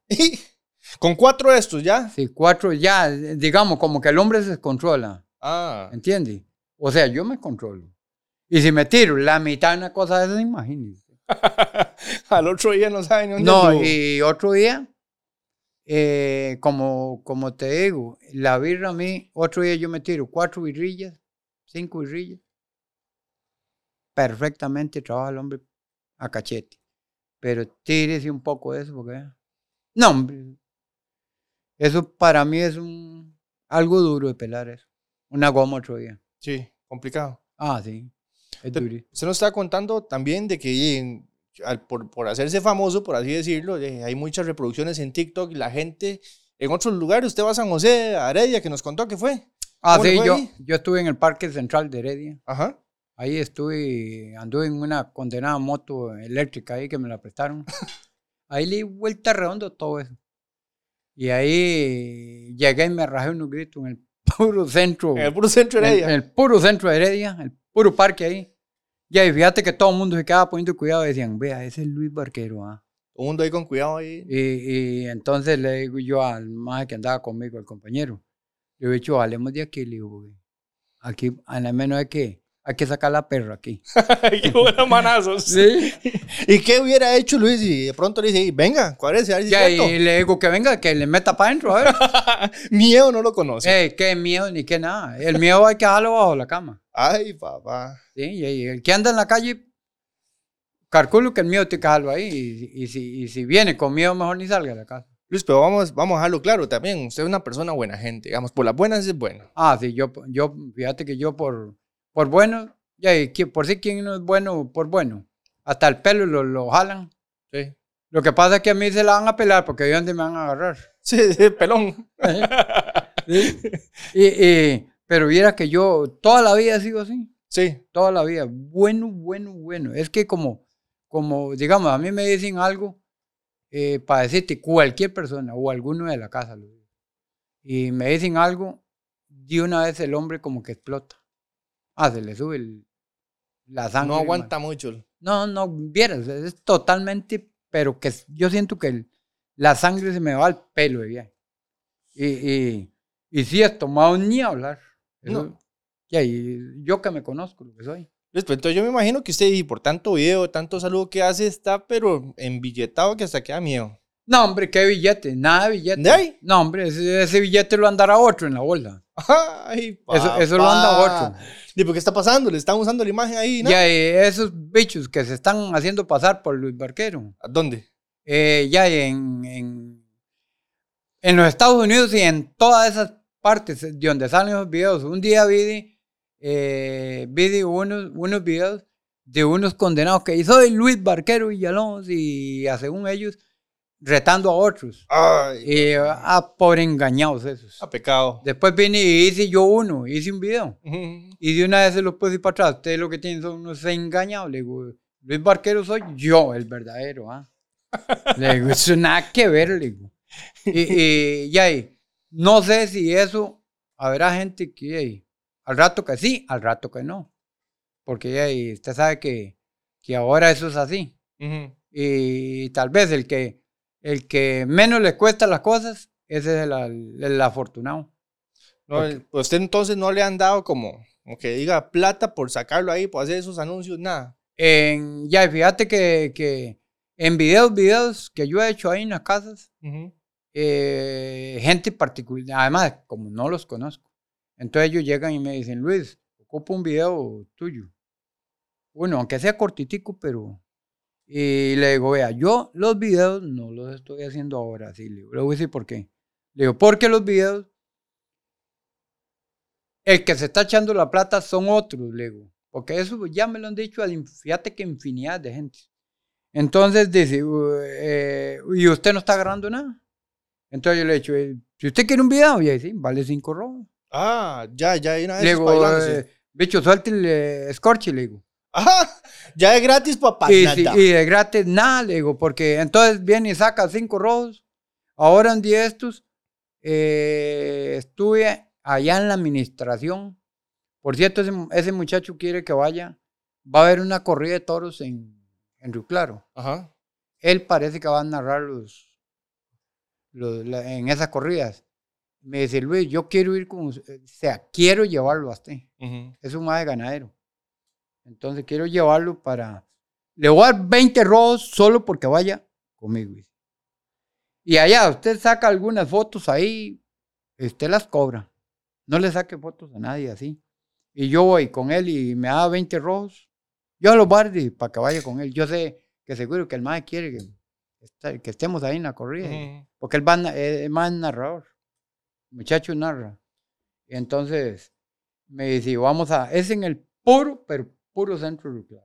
A: Con cuatro de estos ya.
B: Sí, cuatro ya, eh, digamos, como que el hombre se controla,
A: Ah.
B: ¿entiendes? O sea, yo me controlo. Y si me tiro la mitad de una cosa de esas, imagínense.
A: Al otro día no saben dónde.
B: No,
A: anduvo.
B: y otro día, eh, como, como te digo, la birra a mí, otro día yo me tiro cuatro birrillas, cinco birrillas. Perfectamente trabaja el hombre a cachete. Pero tírese un poco de eso, porque... No, hombre. Eso para mí es un, algo duro de pelar eso. Una goma otro día.
A: Sí, complicado.
B: Ah, sí. Es
A: Te-
B: duro.
A: Usted nos estaba contando también de que en- al- por, por hacerse famoso, por así decirlo, de- hay muchas reproducciones en TikTok y la gente en otros lugares. Usted va a San José, a Heredia, que nos contó que fue.
B: Ah,
A: ¿Cómo le
B: sí,
A: fue
B: yo,
A: ahí?
B: yo estuve en el Parque Central de Heredia.
A: Ajá.
B: Ahí estuve, anduve en una condenada moto eléctrica ahí que me la prestaron. Ahí le di vuelta redondo todo eso. Y ahí llegué y me rajé unos gritos en el puro centro.
A: En el puro centro de
B: en-
A: Heredia.
B: en el puro centro de Heredia, el puro parque ahí. Y ahí fíjate que todo el mundo se quedaba poniendo cuidado y decían, vea, ese es Luis Barquero. ah".
A: Todo el mundo ahí con cuidado ahí.
B: Y, y entonces le digo yo al más que andaba conmigo, al compañero, le digo, "Chua, hablemos de aquí, le digo, "porque aquí, al menos hay que, hay que sacar la perra aquí.
A: ¡Qué buenos manazos!
B: Sí.
A: ¿Y qué hubiera hecho Luis? Y de pronto le dice, "Y venga, cuádrese, a ver si es
B: Ya,
A: cierto".
B: y le digo que venga, que le meta para adentro, a ver.
A: Miedo no lo conoce.
B: Ey, qué miedo ni qué nada. El miedo hay que dejarlo bajo la cama.
A: Ay, papá.
B: ¿sí? Y, y el que anda en la calle, calculo que el miedo te que dejarlo ahí. Y, y si, y si viene con miedo, mejor ni salga de la casa.
A: Luis, pero vamos, vamos a dejarlo claro también. Usted es una persona buena gente. Digamos, por las buenas es bueno.
B: Ah, sí, yo, yo fíjate que yo por, por bueno, ya, y que por si quien no es bueno, por bueno. Hasta el pelo lo, lo jalan.
A: Sí.
B: Lo que pasa es que a mí se la van a pelar porque de dónde me van a agarrar.
A: Sí, sí, pelón.
B: Y, y- pero viera que yo toda la vida sigo así.
A: Sí.
B: toda la vida. Bueno, bueno, bueno. Es que como, como digamos, a mí me dicen algo eh, para decirte, cualquier persona o alguno de la casa, lo digo, y me dicen algo, de una vez el hombre como que explota. Ah, se le sube el- la sangre.
A: No aguanta
B: hermano.
A: mucho.
B: No, no, vieras, es totalmente, pero que s- yo siento que el- la sangre se me va al pelo de viaje. Y, y, y si es tomado ni hablar. Eso-
A: No.
B: Ya, y yo que me conozco lo que soy.
A: Luis, pero Entonces yo me imagino que usted, y por tanto video, tanto saludo que hace, está pero embilletado que hasta queda miedo.
B: No, hombre, qué billete, nada de billete.
A: ¿De ahí?
B: No, hombre, ese, ese billete lo andará otro en la bolsa.
A: Ay,
B: Eso, eso lo
A: papá.
B: anda otro.
A: ¿Y por qué está pasando? Le están usando la imagen ahí, ¿no?
B: Ya, eh, esos bichos que se están haciendo pasar por Luis Barquero,
A: ¿A dónde?
B: eh, ya en, en, en los Estados Unidos y en todas esas partes de donde salen los videos. Un día vi, de- eh, vi de unos, unos videos de unos condenados que hizo Luis Barquero Villalobos y, a según ellos, retando a otros.
A: Ay,
B: Y ah, por engañados esos.
A: a pecado.
B: Después vine y hice yo uno, hice un video.
A: Ujú.
B: Y de una vez se los puse para atrás. Ustedes lo que tienen son unos engañados. Le digo, Luis Barquero soy yo, el verdadero. ¿ah?". Le digo, eso nada que ver, le digo. Y, y- y ahí, no sé si eso habrá gente que ahí, al rato que sí, al rato que no. Porque ahí, usted sabe que, que ahora eso es así.
A: Ujú.
B: Y tal vez el que, el que menos le cuesta las cosas, ese es el al- el afortunado.
A: No,
B: Ok.
A: el- pues, usted entonces no le han dado como, como que diga plata por sacarlo ahí, por hacer esos anuncios, nada.
B: En, ya, y fíjate que, que en videos, videos que yo he hecho ahí en las casas,
A: Ujú.
B: eh, gente particular, además, como no los conozco, entonces ellos llegan y me dicen, Luis, ocupo un video tuyo. Bueno, aunque sea cortitico, pero... Y le digo, vea, yo los videos no los estoy haciendo ahora, así le digo, le voy a decir por qué. Le digo, porque los videos, el que se está echando la plata son otros, le digo. Porque eso ya me lo han dicho, al in- fíjate que infinidad de gente. Entonces dice, "U- eh, ¿y usted no está agarrando nada? Entonces yo le he dicho, "Eh, si usted quiere un video, y ahí sí, vale cinco robos.
A: Ah, ya, ya, hay una vez
B: Le digo,
A: espablándose.
B: "Eh, bicho, suelte el eh, Scorchi", le digo.
A: Ajá, ya es gratis, papá.
B: Y,
A: nada.
B: si- y de gratis nada, le digo, porque entonces viene y saca cinco robos. Ahora en día estos, eh, estuve allá en la administración. Por cierto, ese, ese muchacho quiere que vaya. Va a haber una corrida de toros en, en Río Claro.
A: Ajá.
B: Él parece que va a narrar los, los- la- en esas corridas. Me dice, Luis, yo quiero ir con usted. O sea, quiero llevarlo a usted
A: Ujú.
B: es un de ganadero. Entonces quiero llevarlo para. Le voy a dar 20 robos solo porque vaya conmigo. dice. Y allá, usted saca algunas fotos ahí, usted las cobra. No le saque fotos a nadie así. Y yo voy con él y me da 20 rojos. Yo lo guardo para que vaya con él. Yo sé que seguro que el más quiere que, esta- que estemos ahí en la corrida.
A: Ujú.
B: Porque él va, na- eh, es más narrador. El muchacho narra. Y entonces me dice, vamos a, es en el puro, pero puro centro nuclear.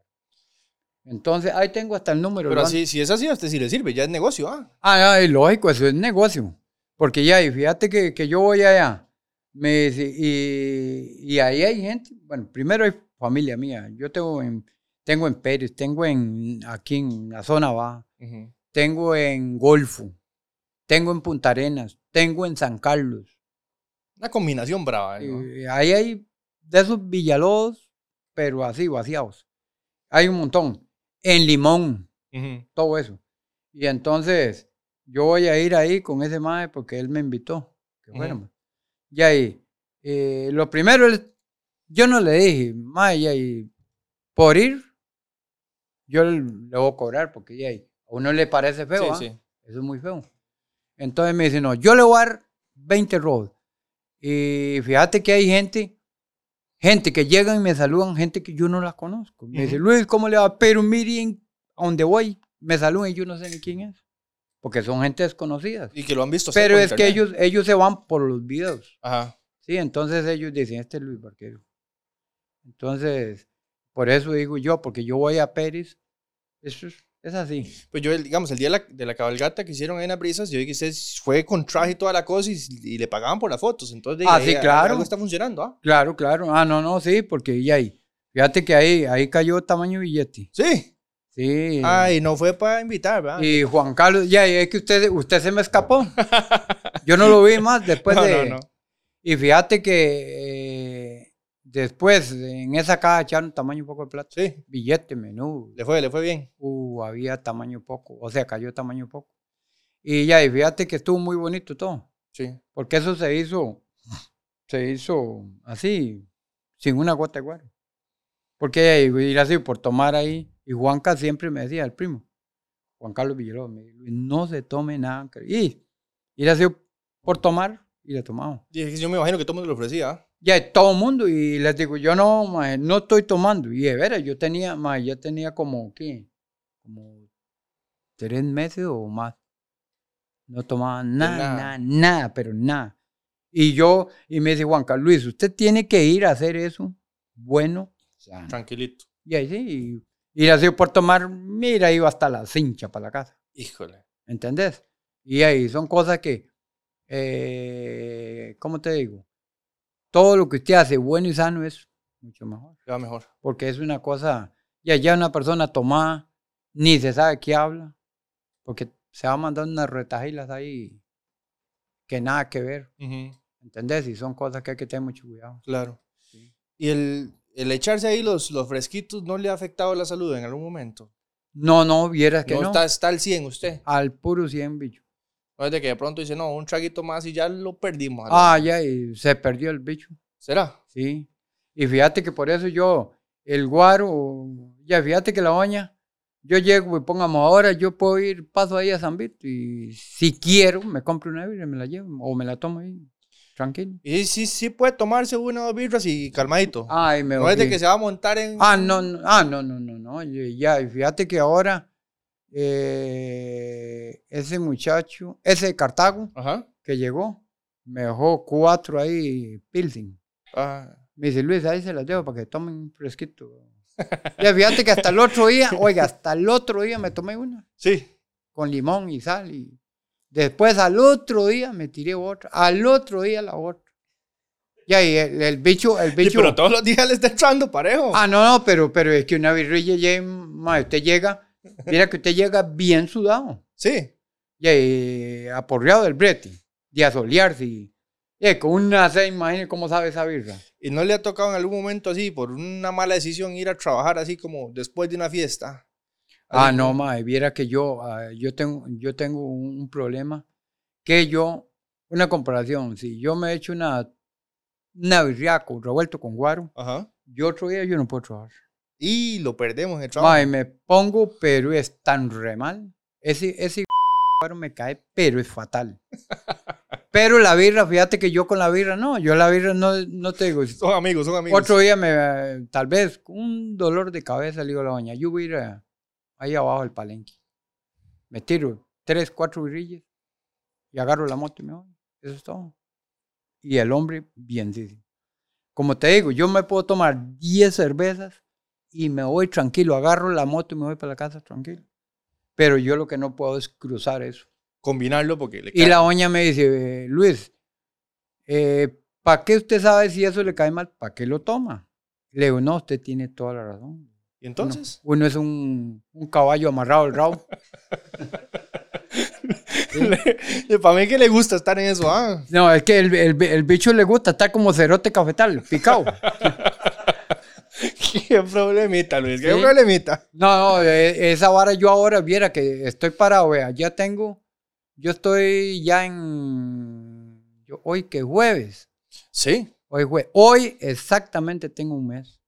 B: Entonces, ahí tengo hasta el número.
A: Pero
B: lo
A: así, si es así, a usted sí le sirve, ya es negocio, ah.
B: Ah, ah, y lógico, eso es negocio. Porque ya, y fíjate que, que yo voy allá, me dice, y, y ahí hay gente, bueno, primero hay familia mía, yo tengo en, tengo en Pérez, tengo en, aquí en la zona baja,
A: Ujú.
B: tengo en Golfo, tengo en Punta Arenas, tengo en San Carlos.
A: Una combinación brava, ¿no?
B: Eh, ahí hay de esos Villalobos, pero así, vaciados. Hay un montón. En Limón,
A: Ujú.
B: todo eso. Y entonces, yo voy a ir ahí con ese mae porque él me invitó. Que
A: Ujú.
B: fuéramos. Y ahí, eh, lo primero, él- yo no le dije, mae, y ahí, por ir, yo le le voy a cobrar porque y ahí, a uno le parece feo. ¿ah?
A: sí, sí.
B: Eso es muy feo. Entonces me dice, no, yo le voy a dar 20 robos. Y fíjate que hay gente, gente que llegan y me saludan, gente que yo no la conozco. Me dice,
A: Ujú.
B: Luis, ¿cómo le va? Pero miren a donde voy, me saludan y yo no sé ni quién es. Porque son gente desconocida.
A: Y que lo han visto. usted
B: Pero
A: por
B: es que
A: internet.
B: ellos, ellos se van por los videos.
A: Ajá.
B: Sí, entonces ellos dicen, este es Luis Barquero. Entonces, por eso digo yo, porque yo voy a Pérez, eso es, es así.
A: Pues yo, el- digamos, el día de la, de la cabalgata que hicieron ahí en las brisas, yo vi que usted fue con traje y toda la cosa y, y le pagaban por las fotos. Entonces, de
B: Ah,
A: ahí
B: sí,
A: a-
B: claro.
A: Algo está funcionando, ah.
B: Claro, claro. Ah, no, no, sí, porque y ahí. Fíjate que ahí, ahí cayó tamaño billete.
A: Sí.
B: Sí.
A: Ay, no fue para invitar, ¿verdad?
B: Y Juan Carlos, ya, es que usted, usted se me escapó. Yo no lo vi más después
A: no,
B: pues de...
A: no, no.
B: Y fíjate que eh, después en esa caja echaron tamaño poco de plata.
A: Sí,
B: Billete, menú,
A: le fue, le fue bien.
B: uh, había tamaño poco. O sea, cayó tamaño poco. Y ya, y fíjate que estuvo muy bonito todo.
A: Sí.
B: Porque eso se hizo, se hizo así, sin una gota de guaro. Porque eh, ir así por tomar ahí. Y Juanca siempre me decía, el primo, Juan Carlos Villalobos, me dijo, no se tome nada. que- Y ir así por tomar y le tomamos.
A: Dije que yo me imagino que todo el mundo le ofrecía. ¿ah?
B: Ya, todo el mundo. Y les digo, yo no, mae, no estoy tomando. Y de veras, yo tenía, mae, ya tenía como, ¿qué? Como tres meses o más. No tomaba nada,
A: nada.
B: nada, nada, pero nada. Y yo, y me dice Juan Carlos Luis, usted tiene que ir a hacer eso. Bueno, sano".
A: Tranquilito.
B: y ahí sí, y ir así por tomar, mira, iba hasta la cincha para la casa.
A: Híjole.
B: ¿Entendés? Y ahí son cosas que, eh, ¿cómo te digo? Todo lo que usted hace bueno y sano es mucho mejor.
A: Le va mejor.
B: Porque es una cosa, y allá una persona tomada, ni se sabe qué habla, porque se va mandando unas retajilas ahí que nada que ver.
A: Ujú,
B: ¿Entendés? Y son cosas que hay que tener mucho cuidado.
A: Claro.
B: Sí.
A: ¿Y el, el echarse ahí los, los fresquitos no le ha afectado la salud en algún momento?
B: No, no, vieras que
A: no,
B: no.
A: Está, está al 100 usted.
B: Al puro 100 bicho.
A: No es de que de pronto dice, no, un traguito más y ya lo perdimos. ¿no?
B: Ah, ya, y se perdió el bicho.
A: ¿Será?
B: Sí. Y fíjate que por eso yo, el guaro, ya fíjate que la oña, yo llego y pongamos ahora, yo puedo ir, paso ahí a San Vito y si quiero, me compro una birra y me la llevo o me la tomo ahí, tranquilo.
A: Y sí, sí puede tomarse una o dos birras y calmadito.
B: Ay, me
A: no es de
B: olvidé.
A: que se va a montar en...
B: Ah, no, no, ah, no, no, no, no, y ya, y fíjate que ahora eh, ese muchacho, ese de Cartago
A: Ajá.
B: que llegó, me dejó cuatro ahí, Pilsen.
A: Ah,
B: Me dice Luis, ahí se las dejo para que tomen fresquito. Ya fíjate que hasta el otro día, oiga, hasta el otro día me tomé una
A: sí.
B: con limón y sal. Y después al otro día me tiré otra. Al otro día la otra. Ya, y el, el bicho, el
A: Sí,
B: bicho.
A: pero todos los días le está entrando parejo.
B: Ah, no, no, pero, pero es que una birrilla, ya, ma, usted llega, mira que usted llega bien sudado.
A: Sí.
B: Ya, y aporreado del brete, de asolearse. Y, ya, con una se imagínese cómo sabe esa birra.
A: ¿Y no le ha tocado en algún momento así, por una mala decisión, ir a trabajar así como después de una fiesta?
B: Ah,
A: Así
B: no,
A: como-
B: mae, viera que yo, ah, yo tengo, yo tengo un, un problema que yo, una comparación, si yo me echo una, una birria con- revuelto con guaro,
A: Ajá.
B: yo otro día yo no puedo trabajar.
A: Y lo perdemos en el trabajo.
B: Mae, me pongo, pero es tan re mal. Ese, ese guaro me cae, pero es fatal. Pero la birra, fíjate que yo con la birra, no, yo la birra no, no te digo,
A: Son amigos, son amigos.
B: otro día me, eh, tal vez, con un dolor de cabeza, le digo a la doña, yo voy a ir a- ahí abajo al palenque. Me tiro tres, cuatro birrillas y agarro la moto y me voy. Eso es todo. Y el hombre, bien dice. Como te digo, yo me puedo tomar 10 cervezas y me voy tranquilo, agarro la moto y me voy para la casa tranquilo. Pero yo lo que no puedo es cruzar eso.
A: Combinarlo porque le
B: Y la oña me dice, "Eh, Luis, ¿para qué usted sabe si eso le cae mal? ¿Para qué lo toma? Le digo, no, usted tiene toda la razón.
A: ¿Y entonces?
B: Uno, uno es un, un caballo amarrado al rabo.
A: Para mí que le gusta estar en eso, ah.
B: No, es que el, el- el bicho le gusta, está como cerote cafetal, picado.
A: Qué problemita, Luis, qué
B: Sí.
A: problemita.
B: No, no, e- esa vara yo ahora viera que estoy parado, vea, ya tengo, yo estoy ya en, yo- hoy que es jueves,
A: Sí,
B: hoy jue- hoy exactamente tengo un mes.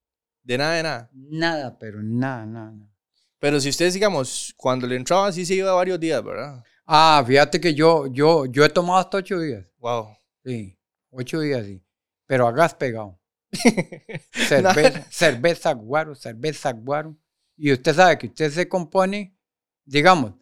A: de nada, de nada.
B: Nada, pero nada, nada, nada.
A: Pero si ustedes, digamos, cuando le entraban, sí se iba varios días, ¿verdad?
B: Ah, fíjate que yo, yo, yo he tomado hasta ocho días.
A: Wow.
B: Sí, ocho días, sí. Pero a gas pegado. cerveza, cerveza guaro, cerveza guaro. Y usted sabe que usted se compone, digamos,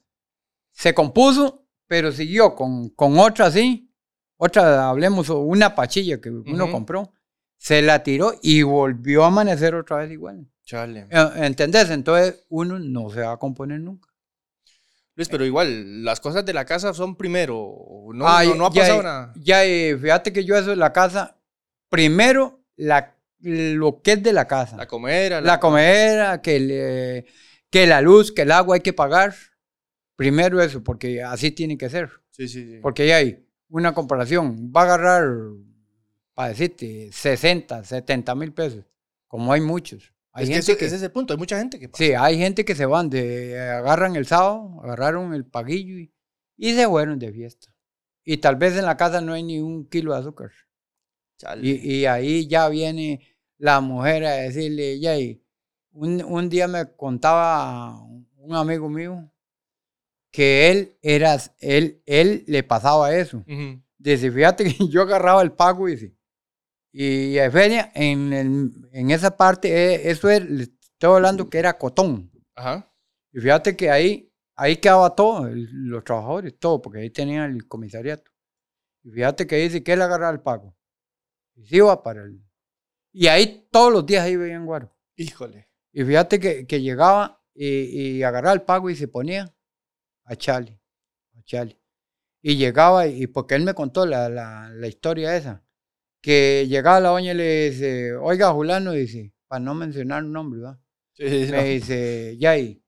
B: se compuso, pero siguió con, con otra así, otra, hablemos, o una pachilla que uno
A: Ujú.
B: compró, se la tiró y volvió a amanecer otra vez igual.
A: Chale.
B: Eh, ¿Entendés? Entonces uno no se va a componer nunca.
A: Luis, pero igual, las cosas de la casa son primero. No,
B: Ay,
A: no, no ha
B: ya,
A: pasado nada.
B: Ya, eh, fíjate que yo eso de la casa, primero la, lo que es de la casa.
A: La comera,
B: La comedera, que, le- eh, que la luz, que el agua hay que pagar. Primero eso, porque así tiene que ser.
A: Sí, sí, sí.
B: Porque ya hay una comparación. Va a agarrar, para decirte, 60, 70 mil pesos, como hay muchos. Hay
A: es que,
B: gente
A: ese, ese es el punto. Hay mucha gente que
B: Sí, hay gente que se van, de, agarran el sábado, agarraron el paguillo y, y se fueron de fiesta. Y tal vez en la casa no hay ni un kilo de azúcar.
A: Chale.
B: Y, y ahí ya viene la mujer a decirle, "Yay". un, un día me contaba un amigo mío que él era, él, él le pasaba eso.
A: Ujú.
B: Dice, fíjate que yo agarraba el pago, dice. Y Efenia, en, el- en esa parte, eh, eso es, le estoy hablando que era cotón.
A: Ajá.
B: Y fíjate que ahí, ahí quedaba todo, el- los trabajadores, todo, porque ahí tenían el comisariato. Y fíjate que dice que él agarraba el pago. Y se iba para él. Y ahí todos los días ahí veían guaro.
A: Híjole.
B: Y fíjate que, que llegaba y, y agarraba el pago y se ponía a Charlie, a Charlie. Y llegaba, y porque él me contó la, la, la historia esa, que llegaba la doña y le dice, oiga, Julano, dice, para no mencionar un nombre, ¿verdad?
A: Sí, sí, sí,
B: me
A: no.
B: dice, Yay,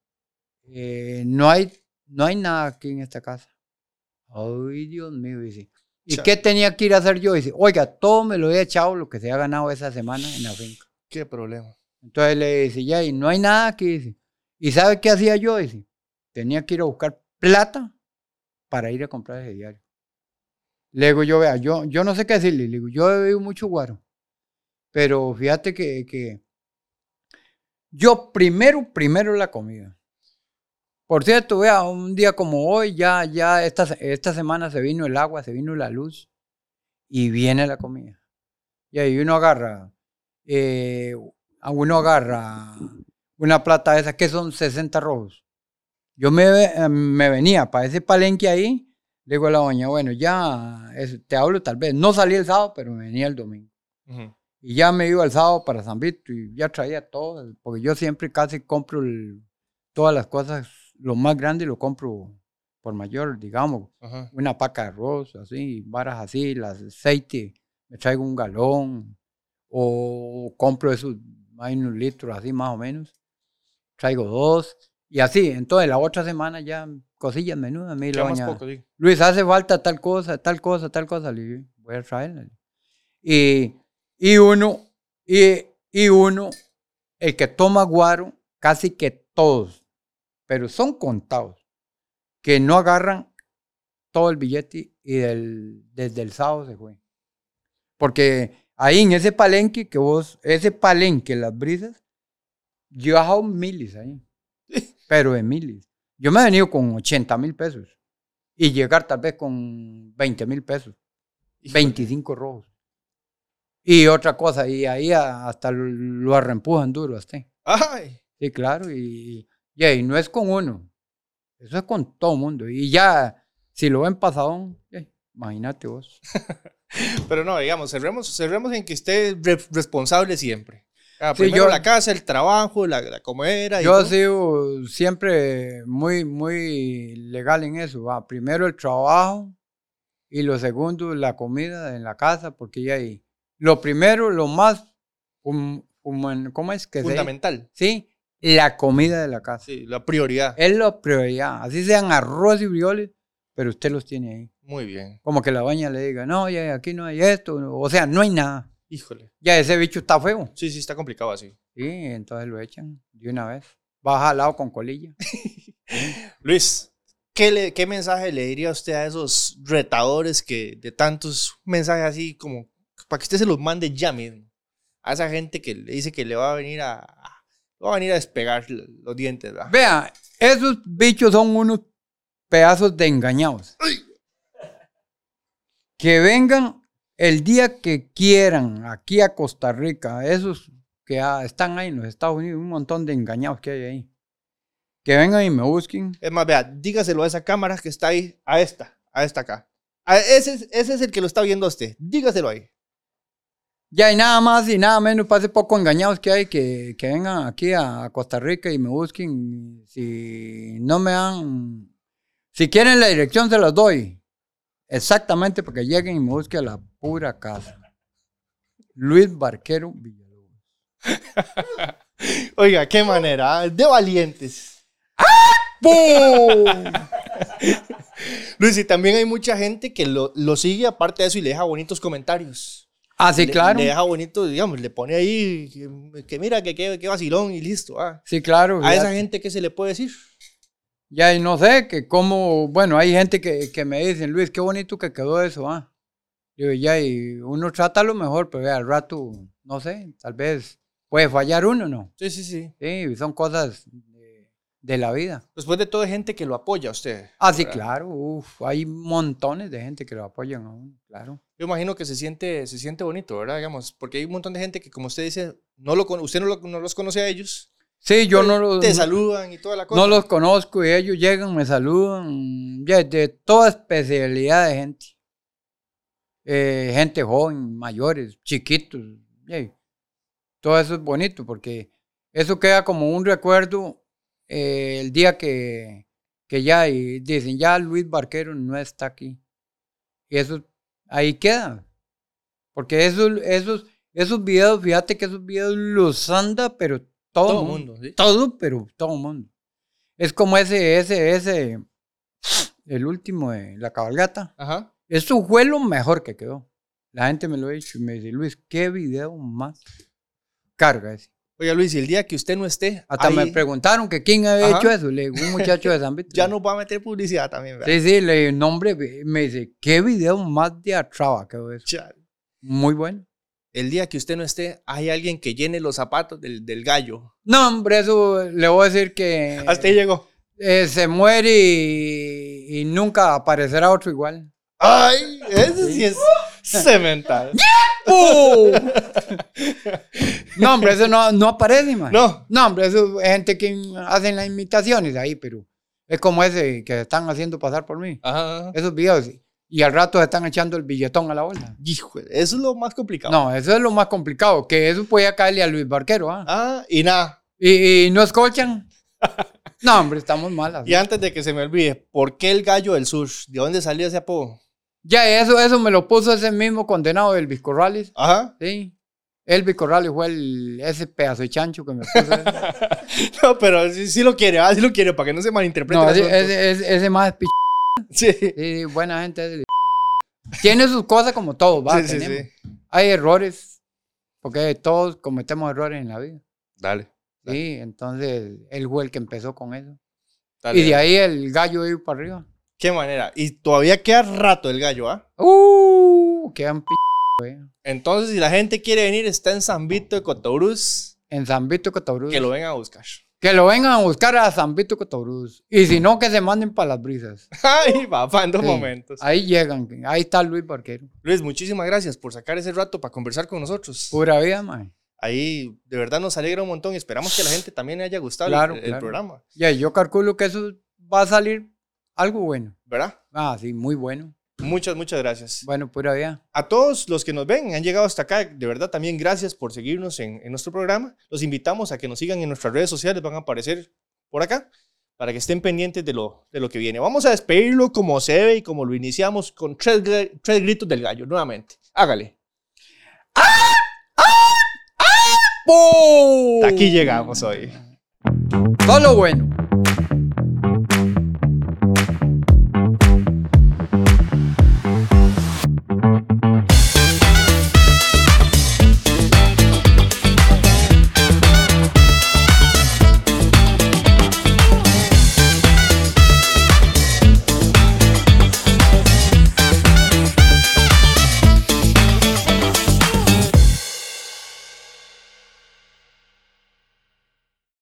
B: eh, no, hay, no hay nada aquí en esta casa. Ay, Dios mío, dice. ¿Y
A: Chale.
B: qué tenía que ir a hacer yo? Dice, oiga, todo me lo he echado lo que se ha ganado esa semana en la finca.
A: Qué problema.
B: Entonces le dice, ya, y no hay nada aquí, dice. ¿Y sabe qué hacía yo? Dice, tenía que ir a buscar plata para ir a comprar ese diario. Le digo yo, vea, yo, yo no sé qué decirle. Le digo, yo he bebido mucho guaro. Pero fíjate que, que yo primero, primero la comida. Por cierto, vea, un día como hoy, ya, ya esta, esta semana se vino el agua, se vino la luz y viene la comida. Y ahí uno agarra eh, a uno agarra una plata de esas que son 60 rojos. Yo me, ve- eh, me venía para ese palenque ahí, le digo a la doña, bueno, ya es- te hablo tal vez. No salí el sábado, pero me venía el domingo.
A: Ujú.
B: Y ya me iba el sábado para San Vito y ya traía todo, porque yo siempre casi compro el- todas las cosas, lo más grande lo compro por mayor, digamos
A: Ajá.
B: una paca de arroz, así, varas así, las aceite, me traigo un galón, o compro esos, hay unos litros así más o menos, traigo dos, y así, entonces la otra semana ya cosillas menudas, me
A: Queda
B: la
A: más
B: doña,
A: poco, digo.
B: Luis, hace falta tal cosa, tal cosa, tal cosa, le digo, voy a traerla. Y, y uno, y, y uno, el que toma guaro, casi que todos, pero son contados, que no agarran todo el billete y del- desde el sábado se fue. Porque ahí en ese palenque que vos, ese palenque, las brisas, yo he bajado miles ahí, pero de miles. Yo me he venido con 80 mil pesos y llegar tal vez con 20 mil pesos.
A: Híjole.
B: 25 rojos. Y otra cosa, y ahí a- hasta lo, lo arrempujan duro a usted.
A: Ay.
B: Sí, claro, y, y ahí no es con uno. Eso es con todo mundo. Y ya, si lo ven pasadón, eh, imagínate vos.
A: Pero no, digamos, cerremos, cerremos en que esté re- responsable siempre. Ah,
B: Sí,
A: primero
B: yo-
A: la casa, el trabajo, la, la comera. y
B: Yo he
A: todo.
B: sido siempre muy, muy legal en eso. va. Primero el trabajo y lo segundo la comida en la casa, porque ya ahí. Lo primero, lo más, hum- human- ¿cómo es que se dice?
A: Fundamental.
B: ¿sí? La comida de la casa.
A: Sí, la prioridad.
B: Es la prioridad. Así sean arroz y brioles, pero usted los tiene ahí.
A: Muy bien.
B: Como que la baña le diga, no, ya aquí no hay esto. no- O sea, no hay nada.
A: Híjole.
B: Ya ese bicho está feo.
A: Sí, sí, está complicado así.
B: Sí, entonces lo echan de una vez. Va jalado con colilla.
A: Luis, ¿qué, le- qué mensaje le diría usted a esos retadores que de tantos mensajes así como para que usted se los mande ya mismo? A esa gente que le dice que le va a venir a, va a, venir a despegar l- los dientes, ¿verdad?
B: Vea, esos bichos son unos pedazos de engañados. Que vengan el día que quieran aquí a Costa Rica, esos que ah, están ahí en los Estados Unidos, un montón de engañados que hay ahí. Que vengan y me busquen.
A: Es más, vea, dígaselo a esa cámara que está ahí, a esta, a esta acá. A ese, es- ese es el que lo está viendo a usted. Dígaselo ahí.
B: Ya, y nada más y nada menos, pase poco engañados que hay, que, que vengan aquí a, a Costa Rica y me busquen. Si no me dan, si quieren la dirección, se las doy. Exactamente, porque lleguen y me busquen a la pura casa. Luis Barquero Villalobos.
A: Oiga, qué manera, ¿ah? de valientes.
B: ¡Pum!
A: Luis, y también hay mucha gente que lo, lo sigue aparte de eso y le deja bonitos comentarios.
B: Ah, sí,
A: Le-
B: claro.
A: Le, deja bonito, digamos, le pone ahí que, que mira, que qué vacilón y listo. ah.
B: Sí, claro.
A: A
B: ya-
A: esa gente, ¿qué se le puede decir?
B: Ya, y no sé, que cómo, bueno, hay gente que, que me dicen, Luis, qué bonito que quedó eso, ah. Digo, ya, y uno trata lo mejor, pero ya, al rato, no sé, tal vez puede fallar uno, ¿no?
A: Sí, sí, sí.
B: Sí, son cosas de, de la vida.
A: Después de todo, hay gente que lo apoya a usted.
B: Ah, sí,
A: ¿verdad?
B: claro, uf, hay montones de gente que lo apoyan a uno, claro.
A: Yo imagino que se siente, se siente bonito, ¿verdad? Digamos, porque hay un montón de gente que, como usted dice, no lo, con- usted no, lo- no los conoce a ellos.
B: Sí, yo
A: pero
B: no los,
A: Te saludan y toda la cosa.
B: no los conozco y ellos llegan, me saludan, ya, de toda especialidad de gente. Eh, gente joven, mayores, chiquitos, ya, todo eso es bonito porque eso queda como un recuerdo eh, el día que, que ya y dicen, ya Luis Barquero no está aquí. Y eso ahí queda. Porque esos, esos, esos videos, fíjate que esos videos los anda, pero todo,
A: Todo
B: el
A: mundo,
B: mundo.
A: ¿sí?
B: Todo, pero todo el mundo. Es como ese, ese, ese, el último de la cabalgata.
A: Ajá.
B: Eso fue lo mejor que quedó. La gente me lo ha dicho y me dice, Luis, ¿qué video más carga ese?
A: Oiga, Luis, y el día que usted no esté,
B: Hasta
A: ahí
B: me preguntaron que quién había
A: Ajá.
B: hecho eso. Le digo, un muchacho de San Vito.
A: ya nos va a meter publicidad también, ¿verdad?
B: Sí, sí, le digo, nombre, me dice, ¿qué video más de atraba quedó eso?
A: Chale.
B: Muy bueno.
A: El día que usted no esté, hay alguien que llene los zapatos del, del gallo.
B: No, hombre, eso le voy a decir que
A: Hasta ahí llegó.
B: eh, se muere y, y nunca aparecerá otro igual.
A: Ay, ese sí es cemental.
B: No, hombre, eso no, no aparece, man.
A: No.
B: No, hombre, eso es gente que hacen las imitaciones ahí, pero es como ese que están haciendo pasar por mí.
A: Ajá.
B: Esos videos. Y al rato se están echando el billetón a la bolsa.
A: Hijo, eso es lo más complicado.
B: No, eso es lo más complicado, que eso puede caerle a Luis Barquero, ¿ah?
A: Ah, y nada.
B: Y, y no escuchan. No, hombre, estamos malas.
A: Y antes de que se me olvide, ¿por qué el gallo del sur? ¿De dónde salió ese apodo?
B: Ya, eso, eso me lo puso ese mismo condenado del Corrales,
A: Ajá.
B: sí. Elvis Corrales fue el, ese pedazo de chancho que me puso. ese.
A: No, pero sí, sí lo quiere, ah, sí lo quiere, para que no se malinterprete.
B: No,
A: el
B: ese,
A: asunto.
B: ese, ese- ese más es pi-
A: sí.
B: sí, sí, buena gente. ese le- Tiene sus cosas como todos, va,
A: sí, sí,
B: tenemos.
A: sí.
B: Hay errores, porque todos cometemos errores en la vida.
A: Dale.
B: Sí, entonces él fue el que empezó con eso.
A: dale,
B: y de
A: dale.
B: ahí el gallo iba para arriba.
A: Qué manera. Y todavía queda rato el gallo, ¿ah?
B: Uh, quedan p
A: Entonces, si la gente quiere venir, está en San Vito de Cotobruz,
B: en San Vito Cotobruz.
A: que lo vengan a buscar.
B: Que lo vengan a buscar a San Vito Cotobruz. Y si no, que se manden para las brisas.
A: Ay, papá, en dos
B: Uh. Sí. Ah.
A: momentos.
B: Ahí llegan. Ahí está Luis Barquero.
A: Luis, muchísimas gracias por sacar ese rato para conversar con nosotros.
B: Pura vida, man.
A: Ahí de verdad nos alegra un montón y esperamos que a la gente también le haya gustado el-
B: Claro,
A: el,
B: claro.
A: programa,
B: Ya, yo calculo que eso va a salir algo bueno.
A: ¿verdad?
B: Ah, sí, muy bueno.
A: Muchas, muchas gracias.
B: Bueno, pura vida.
A: A todos los que nos ven, han llegado hasta acá, de verdad también gracias por seguirnos en, en nuestro programa. Los invitamos a que nos sigan en nuestras redes sociales, van a aparecer por acá, para que estén pendientes de lo, de lo que viene. Vamos a despedirlo como se ve y como lo iniciamos con tres, gr- tres gritos del gallo, nuevamente. Hágale.
B: ¡Pum!
A: Hasta aquí llegamos hoy.
B: Todo lo bueno.